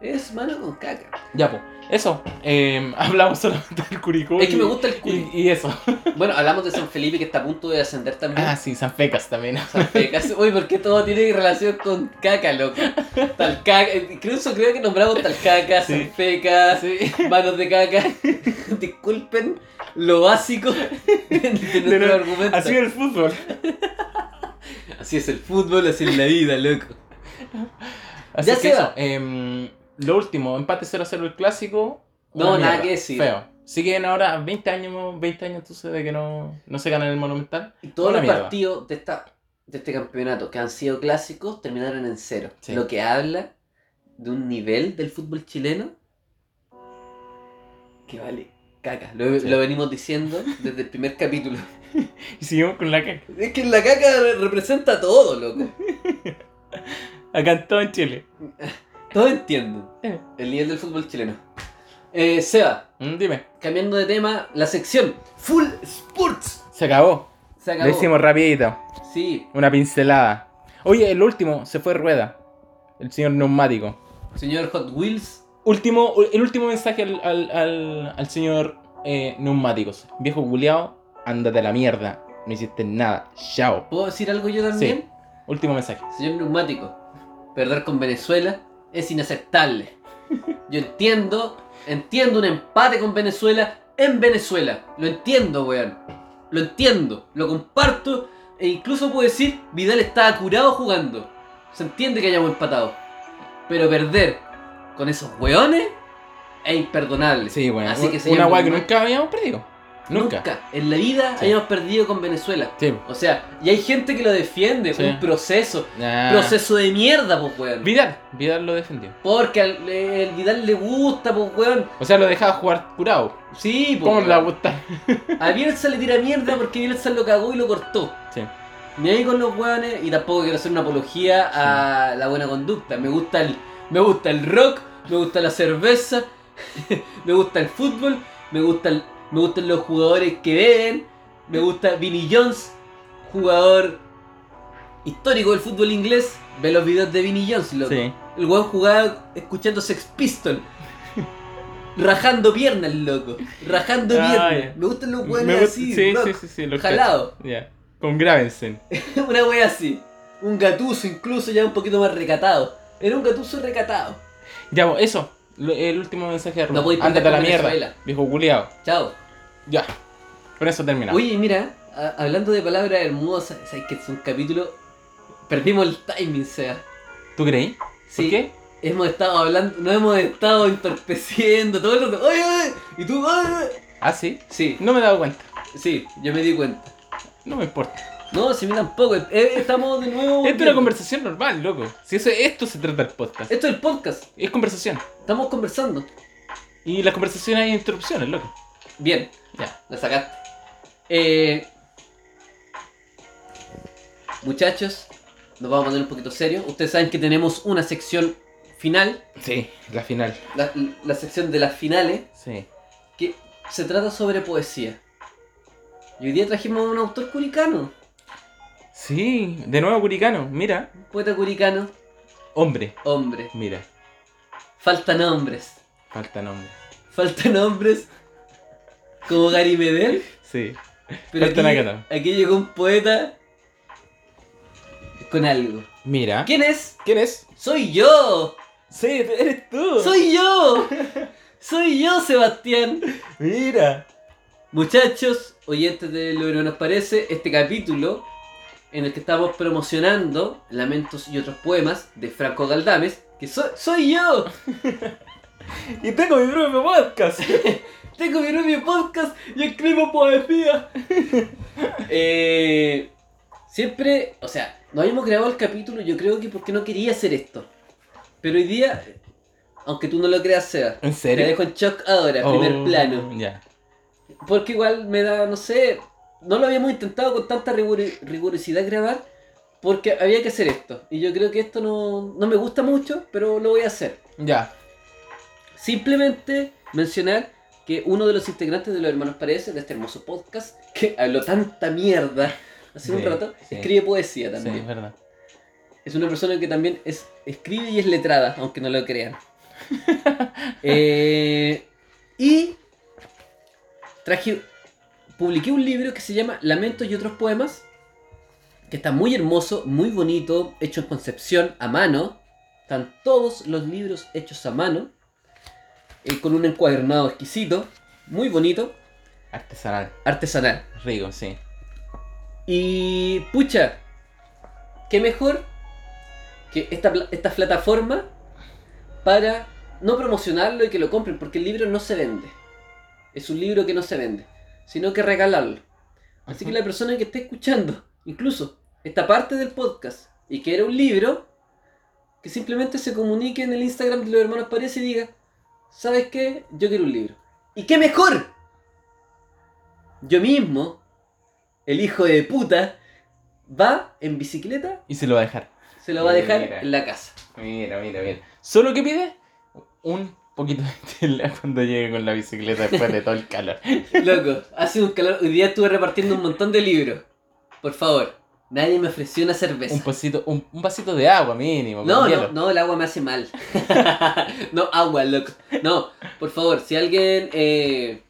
Speaker 1: Es mano con caca.
Speaker 2: Ya, pues. Eso, eh, *laughs* hablamos solamente del Curicó.
Speaker 1: Es que
Speaker 2: y-
Speaker 1: me gusta el culo.
Speaker 2: Y, y eso.
Speaker 1: Bueno, hablamos de San Felipe que está a punto de ascender también.
Speaker 2: Ah, sí, San Fecas también.
Speaker 1: San Fecas. Uy, ¿por qué todo tiene relación con caca, loco? Tal caca. Incluso creo que nombramos tal caca,
Speaker 2: Sí.
Speaker 1: San Fecas,
Speaker 2: Sí.
Speaker 1: manos de caca. *laughs* Disculpen lo básico de, de nuestro
Speaker 2: no-
Speaker 1: argumento.
Speaker 2: *laughs* Así es el fútbol.
Speaker 1: Así es el fútbol, así es la vida, loco.
Speaker 2: Así
Speaker 1: Ya
Speaker 2: que
Speaker 1: se
Speaker 2: eso,
Speaker 1: va.
Speaker 2: em, lo último, empate 0-0 el clásico.
Speaker 1: No,
Speaker 2: una
Speaker 1: nada
Speaker 2: mierda,
Speaker 1: que decir.
Speaker 2: Feo. Siguen ahora 20 años, 20 años entonces de que no, no se gana el Monumental.
Speaker 1: Y Todos
Speaker 2: Una
Speaker 1: los
Speaker 2: mierda.
Speaker 1: partidos de, esta, de este campeonato que han sido clásicos terminaron en cero.
Speaker 2: Sí.
Speaker 1: Lo que habla de un nivel del fútbol chileno que vale caca. Lo,
Speaker 2: Sí.
Speaker 1: lo venimos diciendo desde el primer capítulo.
Speaker 2: Y seguimos con la caca.
Speaker 1: Es que la caca re- representa todo, loco.
Speaker 2: Acá en todo en Chile.
Speaker 1: Todos entienden
Speaker 2: Eh.
Speaker 1: el nivel del fútbol chileno. Eh, Seba,
Speaker 2: Mm, dime,
Speaker 1: cambiando de tema, la sección Full Sports
Speaker 2: se acabó.
Speaker 1: se
Speaker 2: Lo
Speaker 1: acabó.
Speaker 2: hicimos rapidito.
Speaker 1: Sí,
Speaker 2: Una pincelada. Oye, el último se fue Rueda. El señor neumático.
Speaker 1: señor Hot Wheels.
Speaker 2: Último, el último mensaje al, al, al- al señor eh, Neumáticos. Viejo culiao, ándate a la mierda. No hiciste nada. Chao.
Speaker 1: ¿Puedo decir algo yo también?
Speaker 2: Último mensaje.
Speaker 1: Señor neumático, perder con Venezuela es inaceptable. Yo entiendo, entiendo un empate con Venezuela en Venezuela. Lo entiendo, weón. Lo entiendo, lo comparto e incluso puedo decir, Vidal estaba curado jugando. Se entiende que hayamos empatado. Pero perder con esos weones es imperdonable.
Speaker 2: Sí, bueno.
Speaker 1: Así que
Speaker 2: un-
Speaker 1: señor
Speaker 2: una guay que
Speaker 1: Neumático,
Speaker 2: nunca habíamos perdido. Nunca.
Speaker 1: nunca en la vida
Speaker 2: Sí.
Speaker 1: hayamos perdido con Venezuela.
Speaker 2: Sí.
Speaker 1: O sea, y hay gente que lo defiende,
Speaker 2: Sí.
Speaker 1: un proceso.
Speaker 2: Ah.
Speaker 1: Proceso de mierda, pues, weón.
Speaker 2: Vidal. Vidal lo defendió.
Speaker 1: Porque al el Vidal le gusta, pues, weón.
Speaker 2: O sea, lo dejaba jugar curado.
Speaker 1: Sí, pues.
Speaker 2: ¿Cómo
Speaker 1: weón.
Speaker 2: le va a gustar?
Speaker 1: A Bielsa le tira mierda porque Bielsa lo cagó y lo cortó.
Speaker 2: Sí.
Speaker 1: Me ahí con los weones y tampoco quiero hacer una apología a la buena conducta. Me gusta el, me gusta el rock, me gusta la cerveza, *laughs* me gusta el fútbol, me gusta el- me gustan los jugadores que beben, me gusta Vinnie Jones, jugador histórico del fútbol inglés. Ve los videos de Vinnie Jones, loco.
Speaker 2: Sí.
Speaker 1: El weón jugaba escuchando Sex Pistol. Rajando piernas, loco. Rajando
Speaker 2: Ah,
Speaker 1: piernas.
Speaker 2: ya.
Speaker 1: Me gustan los
Speaker 2: Me
Speaker 1: weones
Speaker 2: gusta-
Speaker 1: así.
Speaker 2: sí,
Speaker 1: rock,
Speaker 2: sí, sí, sí, lo
Speaker 1: Jalado.
Speaker 2: cacho. Ya. Con Gravensen.
Speaker 1: *laughs* Una wea así. Un gatuso incluso ya un poquito más recatado. Era un gatuso recatado.
Speaker 2: Ya, bo, eso. Lo- el último mensaje de Rueda.
Speaker 1: No podéis perder
Speaker 2: ándate a la
Speaker 1: con
Speaker 2: mierda.
Speaker 1: Venezuela.
Speaker 2: Viejo culiao.
Speaker 1: Chao.
Speaker 2: Ya. Con eso terminamos.
Speaker 1: Oye, mira, a- hablando de palabras hermosas, sabes que es un capítulo. Perdimos el timing, sea.
Speaker 2: ¿Tú creí?
Speaker 1: Sí.
Speaker 2: ¿Por qué?
Speaker 1: Hemos estado hablando, nos hemos estado entorpeciendo todo el rato. ¡Oye, oye! ¿Y tú? ¡Oye, oye!
Speaker 2: Ah, sí.
Speaker 1: Sí,
Speaker 2: No me he dado cuenta.
Speaker 1: sí, yo me di cuenta.
Speaker 2: No me importa.
Speaker 1: No, si mí tampoco. Eh, eh, estamos de nuevo.
Speaker 2: Esto es una
Speaker 1: volviendo.
Speaker 2: conversación normal, loco. Si eso, esto se trata el podcast.
Speaker 1: Esto es el podcast.
Speaker 2: Es conversación.
Speaker 1: Estamos conversando.
Speaker 2: Y las conversaciones hay interrupciones, loco.
Speaker 1: Bien,
Speaker 2: Ya.
Speaker 1: la sacaste. Eh, muchachos, nos vamos a poner un poquito serio. Ustedes saben que tenemos una sección final,
Speaker 2: Sí, la final.
Speaker 1: la, la sección de las finales,
Speaker 2: Sí.
Speaker 1: que se trata sobre poesía. Y hoy día trajimos a un autor curicano,
Speaker 2: Sí, de nuevo Curicano. Mira.
Speaker 1: un poeta curicano,
Speaker 2: Hombre.
Speaker 1: hombre.
Speaker 2: Mira.
Speaker 1: Faltan hombres.
Speaker 2: Falta nombre.
Speaker 1: Faltan hombres como Gary Medel.
Speaker 2: Sí.
Speaker 1: Pero
Speaker 2: Falta
Speaker 1: aquí,
Speaker 2: Nakata.
Speaker 1: aquí llegó un poeta con algo.
Speaker 2: Mira.
Speaker 1: ¿Quién es?
Speaker 2: ¿Quién es?
Speaker 1: ¡Soy yo!
Speaker 2: Sí, eres tú.
Speaker 1: ¡Soy yo! ¡Soy yo, Sebastián!
Speaker 2: Mira.
Speaker 1: Muchachos, oyentes de lo que nos parece, este capítulo en el que estamos promocionando Lamentos y otros poemas de Franco Galdames, que so- soy yo!
Speaker 2: Y tengo mi propio podcast.
Speaker 1: Tengo mi propio podcast y escribo poesía. *laughs* Eh, siempre, o sea, no habíamos grabado el capítulo, yo creo que porque no quería hacer esto. Pero hoy día, aunque tú no lo creas, Seba,
Speaker 2: *laughs* ¿En
Speaker 1: te
Speaker 2: serio?
Speaker 1: dejo en shock ahora,
Speaker 2: Oh,
Speaker 1: primer plano.
Speaker 2: Ya.
Speaker 1: Porque igual me da, no sé, no lo habíamos intentado con tanta rigor- rigurosidad grabar, porque había que hacer esto. Y yo creo que esto no, no me gusta mucho, pero lo voy a hacer.
Speaker 2: Ya.
Speaker 1: Simplemente mencionar que uno de los integrantes de los Hermanos Paredes, de este hermoso podcast, que habló tanta mierda hace un
Speaker 2: Sí,
Speaker 1: rato,
Speaker 2: sí.
Speaker 1: escribe poesía
Speaker 2: Sí,
Speaker 1: también.
Speaker 2: es verdad.
Speaker 1: Es una persona que también es, escribe y es letrada, aunque no lo crean. *laughs* Eh, y traje, publiqué un libro que se llama Lamentos y otros poemas, que está muy hermoso, muy bonito, hecho en Concepción a mano. Están todos los libros hechos a mano, eh, con un encuadernado exquisito, muy bonito,
Speaker 2: Artesanal.
Speaker 1: artesanal.
Speaker 2: Rico, sí.
Speaker 1: Y pucha, qué mejor que esta, pla- esta plataforma para no promocionarlo y que lo compren, porque el libro no se vende. Es un libro que no se vende, sino que regalarlo. Así que la persona que esté escuchando, incluso esta parte del podcast, y que era un libro, que simplemente se comunique en el Instagram de los hermanos Paredes y diga, ¿sabes qué? Yo quiero un libro. ¿Y qué mejor? Yo mismo, el hijo de puta, va en bicicleta,
Speaker 2: Y se lo va a dejar.
Speaker 1: se lo va a dejar
Speaker 2: Mira.
Speaker 1: en la casa.
Speaker 2: Mira, mira, mira. ¿Solo que pide? Un poquito de tela *laughs* cuando llegue con la bicicleta después de todo el
Speaker 1: *laughs*
Speaker 2: calor.
Speaker 1: Loco, hace un calor. Hoy día estuve repartiendo un montón de libros. Por favor, nadie me ofreció una cerveza.
Speaker 2: Un, vasito, un, un vasito de agua mínimo. con
Speaker 1: No, no,
Speaker 2: hielo.
Speaker 1: no, el agua me hace mal. *laughs* no, agua, loco. No, por favor, si alguien eh,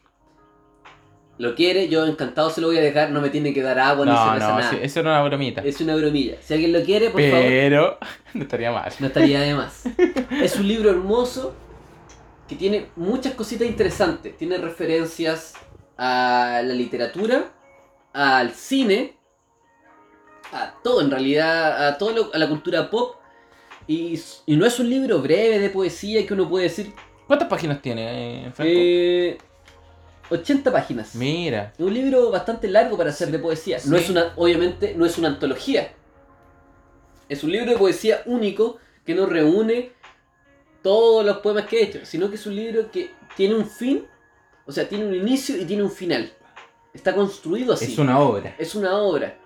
Speaker 1: lo quiere, yo encantado se lo voy a dejar. No me tiene que dar agua ni
Speaker 2: no,
Speaker 1: cerveza,
Speaker 2: no,
Speaker 1: nada.
Speaker 2: sí, eso era una bromita.
Speaker 1: Es una bromilla. Si alguien lo quiere, por favor,
Speaker 2: Pero *laughs* no estaría mal.
Speaker 1: no estaría de más. es un libro hermoso que tiene muchas cositas interesantes. Tiene referencias a la literatura, al cine, a todo en realidad, a, todo lo- a la cultura pop. Y, s- y no es un libro breve de poesía que uno puede decir
Speaker 2: ¿Cuántas páginas tiene, eh, Franco?
Speaker 1: eh, 80 páginas.
Speaker 2: Mira.
Speaker 1: Es un libro bastante largo para ser de poesía. No
Speaker 2: Sí.
Speaker 1: es una, obviamente, no es una antología. Es un libro de poesía único que no reúne todos los poemas que he hecho, sino que es un libro que tiene un fin, o sea, tiene un inicio y tiene un final. Está construido así.
Speaker 2: Es una obra.
Speaker 1: Es una obra.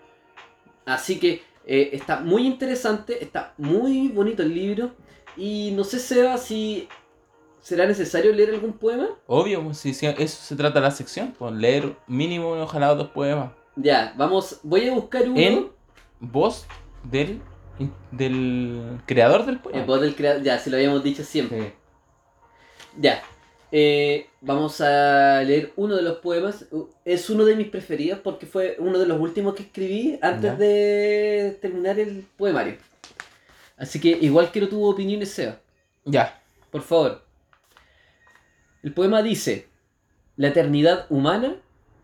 Speaker 1: Así que eh, está muy interesante, está muy bonito el libro. Y no sé, Seba, si será necesario leer algún poema.
Speaker 2: Obvio, si, si eso se trata la sección, pues leer mínimo ojalá dos poemas.
Speaker 1: Ya, vamos, voy a buscar uno.
Speaker 2: En voz del, del creador del
Speaker 1: El
Speaker 2: poema.
Speaker 1: voz del creador, ya, se lo habíamos dicho siempre.
Speaker 2: Sí.
Speaker 1: Ya. Eh, vamos a leer uno de los poemas. Uh, Es uno de mis preferidos porque fue uno de los últimos que escribí antes
Speaker 2: Ya.
Speaker 1: de terminar el poemario. Así que igual quiero tu opinión, Seba.
Speaker 2: Ya.
Speaker 1: Por favor. El poema dice, la eternidad humana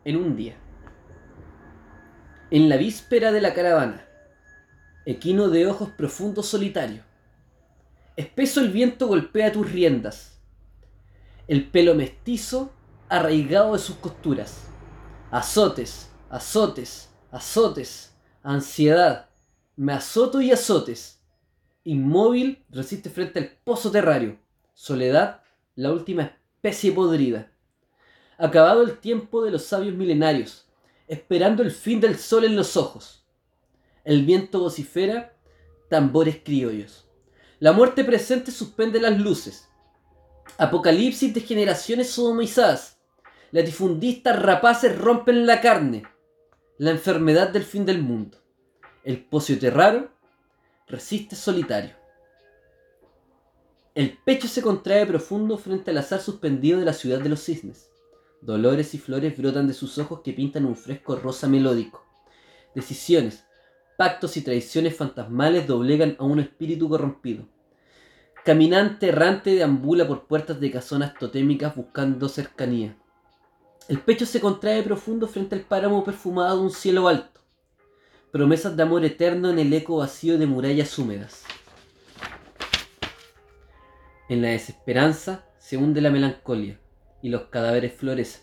Speaker 1: en un día. En la víspera de la caravana, equino de ojos profundos solitario, espeso el viento golpea tus riendas, el pelo mestizo arraigado de sus costuras, azotes, azotes, azotes, ansiedad, me azoto y azotes, inmóvil resiste frente al pozo terrario, soledad, la última especie podrida. Acabado el tiempo de los sabios milenarios, esperando el fin del sol en los ojos. El viento vocifera, tambores criollos. La muerte presente suspende las luces. Apocalipsis de generaciones sodomizadas. Latifundistas rapaces rompen la carne. La enfermedad del fin del mundo. El pocio terraro resiste solitario. El pecho se contrae profundo frente al azar suspendido de la ciudad de los cisnes. Dolores y flores brotan de sus ojos que pintan un fresco rosa melódico. Decisiones, pactos y traiciones fantasmales doblegan a un espíritu corrompido. Caminante errante deambula por puertas de casonas totémicas buscando cercanía. El pecho se contrae profundo frente al páramo perfumado de un cielo alto. Promesas de amor eterno en el eco vacío de murallas húmedas. En la desesperanza se hunde la melancolía y los cadáveres florecen.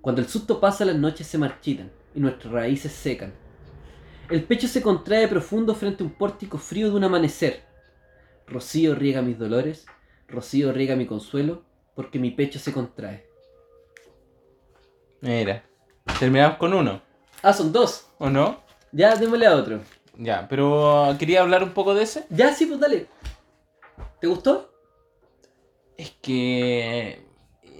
Speaker 1: Cuando el susto pasa las noches se marchitan y nuestras raíces secan. El pecho se contrae profundo frente a un pórtico frío de un amanecer. Rocío riega mis dolores, rocío riega mi consuelo, porque mi pecho se contrae.
Speaker 2: Mira. Terminamos con uno,
Speaker 1: Ah, son dos.
Speaker 2: ¿o no?
Speaker 1: Ya, démosle a otro.
Speaker 2: Ya, pero ah, quería hablar un poco de ese.
Speaker 1: Ya, sí, pues dale. ¿Te gustó?
Speaker 2: Es que.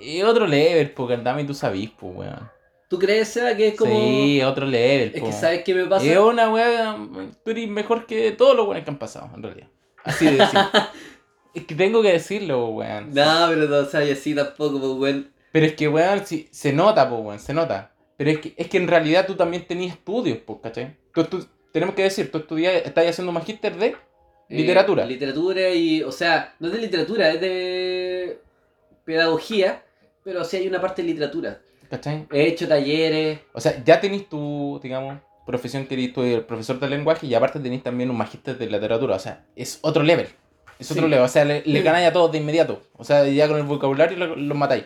Speaker 2: Es otro level, porque andame y tú sabís, pues, weón.
Speaker 1: ¿Tú crees, Seba, que es como.
Speaker 2: Sí, es otro level,
Speaker 1: es
Speaker 2: po.
Speaker 1: que sabes qué me pasa.
Speaker 2: Es una weón. Tú eres mejor que todos los weones que han pasado, en realidad. Así de decir.
Speaker 1: *laughs*
Speaker 2: es que tengo que decirlo, po, weón.
Speaker 1: No, pero no sabes así tampoco, pues, weón.
Speaker 2: Pero es que, weón, sí, se nota, pues, weón, se nota. Pero es que, es que en realidad tú también tenías estudios, pues, ¿cachai? Tú, estu- tenemos que decir, tú estudias, estás haciendo un magíster de...
Speaker 1: Eh,
Speaker 2: Literatura.
Speaker 1: literatura y. O sea, no es de literatura, es de. Pedagogía, pero sí hay una parte de literatura.
Speaker 2: ¿Cachai?
Speaker 1: He hecho talleres.
Speaker 2: O sea, ya tenés tu, digamos, profesión que eres tú el profesor de lenguaje y aparte tenés también un magíster de literatura. O sea, es otro level. Es otro
Speaker 1: Sí.
Speaker 2: level. O sea, le, le
Speaker 1: Mm.
Speaker 2: ganáis a todos de inmediato. O sea, ya con el vocabulario lo- los matáis.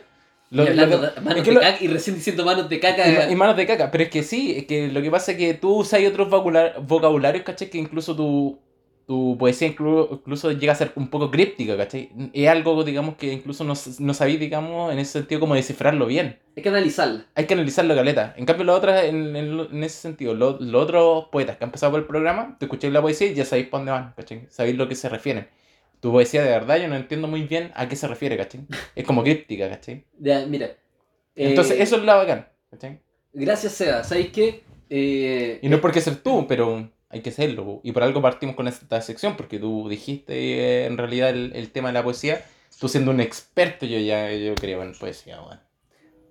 Speaker 2: Lo-
Speaker 1: y hablando
Speaker 2: lo-
Speaker 1: de manos
Speaker 2: es que
Speaker 1: de
Speaker 2: lo-
Speaker 1: caca, y recién diciendo manos de caca.
Speaker 2: y ma- y manos de caca, pero es que sí, es que lo que pasa es que tú usas otros vocabula- vocabularios, ¿cachai? Que incluso tu, tu poesía inclu- incluso llega a ser un poco críptica, ¿cachai? Es algo, digamos, que incluso no, s- no sabéis, digamos, en ese sentido, como descifrarlo bien
Speaker 1: Hay que analizarla.
Speaker 2: hay que analizarlo, Caleta. En cambio, los otros, en, en- en ese sentido, los, los otros poetas que han pasado por el programa, te escucháis la poesía y ya sabéis para dónde van, ¿cachai? Sabéis lo que se refieren. Tu poesía, de verdad, yo no entiendo muy bien a qué se refiere, ¿cachai? Es como críptica, ¿cachai?
Speaker 1: Ya, mira. Eh,
Speaker 2: Entonces, eso es la bacán, ¿cachai?
Speaker 1: Gracias, Seba. ¿Sabéis qué? Eh,
Speaker 2: Y no es porque ser tú, pero hay que serlo. po. Y por algo partimos con esta sección, porque tú dijiste, eh, en realidad, el, el tema de la poesía. Tú siendo un experto, yo ya yo creo en poesía, weón.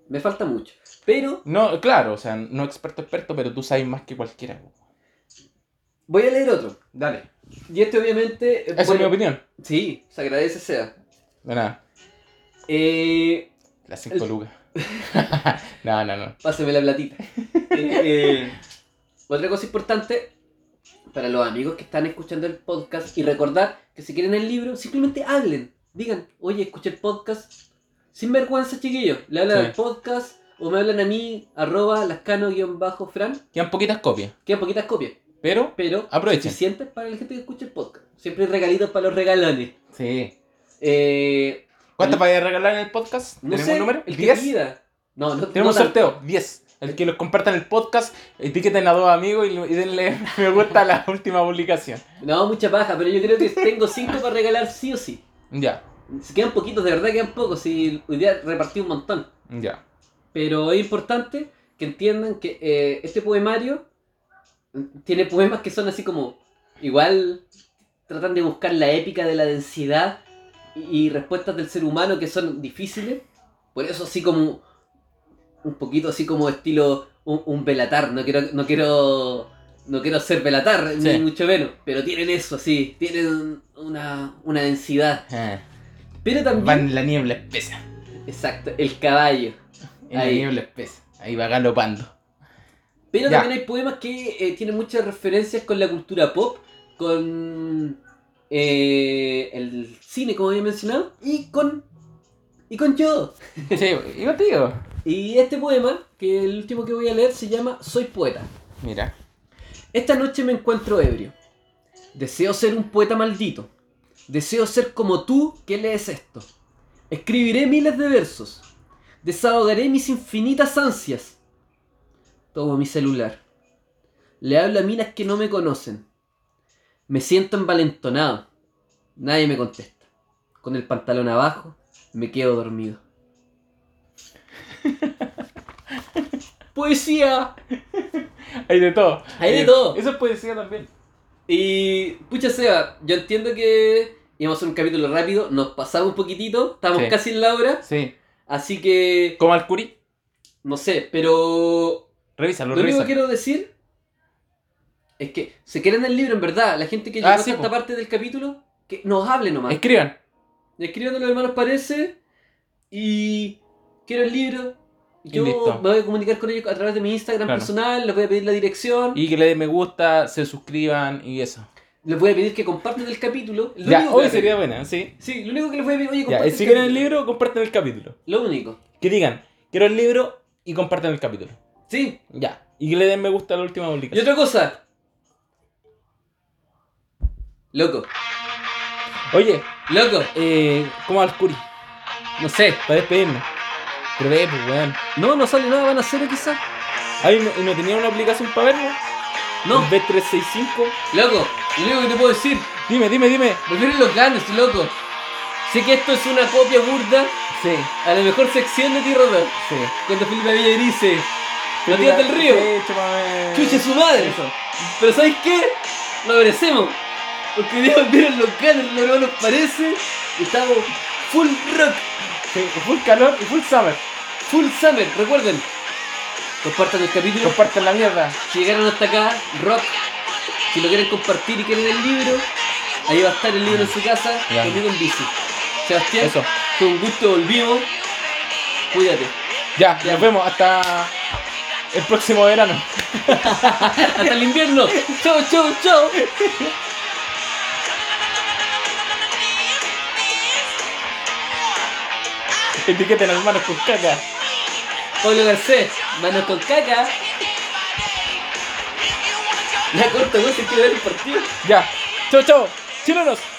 Speaker 1: me falta mucho. Pero
Speaker 2: No, claro, o sea, no experto, experto, pero tú sabes más que cualquiera, po.
Speaker 1: voy a leer otro. Dale. Y este, obviamente. eh,
Speaker 2: Esa
Speaker 1: bueno,
Speaker 2: es mi opinión.
Speaker 1: Sí, se agradece, Seba.
Speaker 2: De nada.
Speaker 1: Eh,
Speaker 2: Las 5
Speaker 1: El-
Speaker 2: lucas. *laughs* no, no, no.
Speaker 1: Pásame la
Speaker 2: *laughs*
Speaker 1: platita. Eh, eh, otra cosa importante para los amigos que están escuchando el podcast y recordar que si quieren el libro, simplemente hablen. Digan, oye, escuché el podcast. Sin vergüenza, chiquillos. Le hablan
Speaker 2: Sí.
Speaker 1: al podcast o me hablan a mí, arroba lascano-fran.
Speaker 2: Quedan poquitas copias,
Speaker 1: Quedan poquitas copias,
Speaker 2: pero
Speaker 1: pero
Speaker 2: aprovechen.
Speaker 1: suficientes para la gente que escucha el podcast. Siempre hay regalitos para los regalones.
Speaker 2: Sí.
Speaker 1: Eh,
Speaker 2: ¿Cuántas vais a regalar en el podcast?
Speaker 1: no
Speaker 2: ¿Tenemos
Speaker 1: sé,
Speaker 2: un número?
Speaker 1: el que
Speaker 2: 10.
Speaker 1: pida. No, no,
Speaker 2: Tenemos
Speaker 1: no
Speaker 2: un
Speaker 1: tanto.
Speaker 2: sorteo, 10. El que los compartan el podcast, etiqueten a dos amigos y, y denle *laughs* me gusta a la última publicación.
Speaker 1: No, mucha paja, pero yo creo que tengo
Speaker 2: *laughs*
Speaker 1: cinco para regalar sí o sí.
Speaker 2: Ya,
Speaker 1: Si quedan poquitos, de verdad quedan pocos. Si hoy día repartí un montón.
Speaker 2: ya.
Speaker 1: Pero es importante que entiendan que eh, este poemario mm, tiene poemas que son así como. Igual tratan de buscar la épica de la densidad y, y respuestas del ser humano que son difíciles. Por eso, así como. Un poquito así como estilo. Un, un Belatar. No quiero. No quiero. No quiero ser Belatar, ni
Speaker 2: Sí.
Speaker 1: mucho menos. Pero tienen eso, así. Tienen una, una densidad.
Speaker 2: Ah,
Speaker 1: Pero también.
Speaker 2: Va en la niebla espesa.
Speaker 1: Exacto, el caballo.
Speaker 2: En la
Speaker 1: Ahí.
Speaker 2: niebla espesa. Ahí va galopando.
Speaker 1: Pero
Speaker 2: Ya.
Speaker 1: también hay poemas que eh, tienen muchas referencias con la cultura pop, con eh, el cine, como había mencionado, y con y con yo.
Speaker 2: *laughs* Sí, y contigo.
Speaker 1: Y este poema, que el último que voy a leer, se llama Soy poeta.
Speaker 2: Mira.
Speaker 1: Esta noche me encuentro ebrio. Deseo ser un poeta maldito. Deseo ser como tú que lees esto. Escribiré miles de versos. Desahogaré mis infinitas ansias. Tomo mi celular. Le hablo a minas que no me conocen. Me siento envalentonado. Nadie me contesta. Con el pantalón abajo, me quedo dormido. Poesía.
Speaker 2: Hay de todo.
Speaker 1: Hay de todo.
Speaker 2: Eso es poesía también.
Speaker 1: Y, pucha Seba, yo entiendo que íbamos a hacer un capítulo rápido, nos pasamos un poquitito, estamos
Speaker 2: Sí.
Speaker 1: casi en la hora,
Speaker 2: Sí.
Speaker 1: así que,
Speaker 2: Como al Curí.
Speaker 1: no sé, pero
Speaker 2: Revísalo,
Speaker 1: lo único
Speaker 2: revisa.
Speaker 1: que quiero decir es que se queden el libro, en verdad, la gente que llegó
Speaker 2: Ah,
Speaker 1: hasta
Speaker 2: sí,
Speaker 1: esta
Speaker 2: po.
Speaker 1: parte del capítulo, que nos hable nomás.
Speaker 2: Escriban.
Speaker 1: Escriban lo que más les parece y quiero el libro. Yo
Speaker 2: listo.
Speaker 1: me voy a comunicar con ellos a través de mi Instagram
Speaker 2: Claro.
Speaker 1: personal, les voy a pedir la dirección,
Speaker 2: Y que le den me gusta, se suscriban y eso.
Speaker 1: les voy a pedir que compartan el capítulo. Lo único
Speaker 2: ya,
Speaker 1: que voy
Speaker 2: hoy
Speaker 1: a pedir-
Speaker 2: sería buena, sí.
Speaker 1: Sí, lo único que les voy a pedir, oye,
Speaker 2: Ya,
Speaker 1: compartan
Speaker 2: si quieren el
Speaker 1: capítulo.
Speaker 2: libro, comparten el capítulo.
Speaker 1: Lo único.
Speaker 2: Que digan, quiero el libro y comparten el capítulo.
Speaker 1: Sí.
Speaker 2: Ya. Y que le den me gusta a la última
Speaker 1: Y
Speaker 2: publicación.
Speaker 1: otra cosa. Loco,
Speaker 2: Oye,
Speaker 1: loco,
Speaker 2: eh, ¿cómo al Curi?
Speaker 1: no sé.
Speaker 2: Para despedirme. Pero ve, pues, weón.
Speaker 1: No, no sale nada, van a cero quizás.
Speaker 2: Ay, ¿no, y no tenía una aplicación para verlo?
Speaker 1: No,
Speaker 2: ¿El B365.
Speaker 1: loco, lo único que te puedo decir,
Speaker 2: Dime, dime, dime.
Speaker 1: prefieren los ganes, loco. Sé que esto es una copia burda
Speaker 2: Sí,
Speaker 1: a la mejor sección de Tierra 2.
Speaker 2: sí.
Speaker 1: Cuando Felipe Villa dice, la tía del río,
Speaker 2: Sí, chúpame.
Speaker 1: chuche su madre.
Speaker 2: Eso.
Speaker 1: Pero ¿sabes qué? Lo merecemos. Porque hoy día volvieron los canes, no nos parece. y Estamos full rock,
Speaker 2: Sí, full calor y full summer.
Speaker 1: full summer, recuerden. Compartan el capítulo.
Speaker 2: Compartan la mierda.
Speaker 1: Si llegaron hasta acá, rock. Si lo quieren compartir y quieren el libro, ahí va a estar el libro en su casa,
Speaker 2: Ya.
Speaker 1: conmigo en bici. Sebastián,
Speaker 2: Eso.
Speaker 1: fue un gusto, volvimos. Cuídate. *laughs*
Speaker 2: Ya, nos vemos hasta el próximo verano.
Speaker 1: Hasta el invierno. Chau, chau, chau.
Speaker 2: Etiqueten a los manos con caca.
Speaker 1: Pablo Garcés, manos con caca. La corta, güey, se quiere ver el partido.
Speaker 2: Ya. Chau, chau. Chilenos.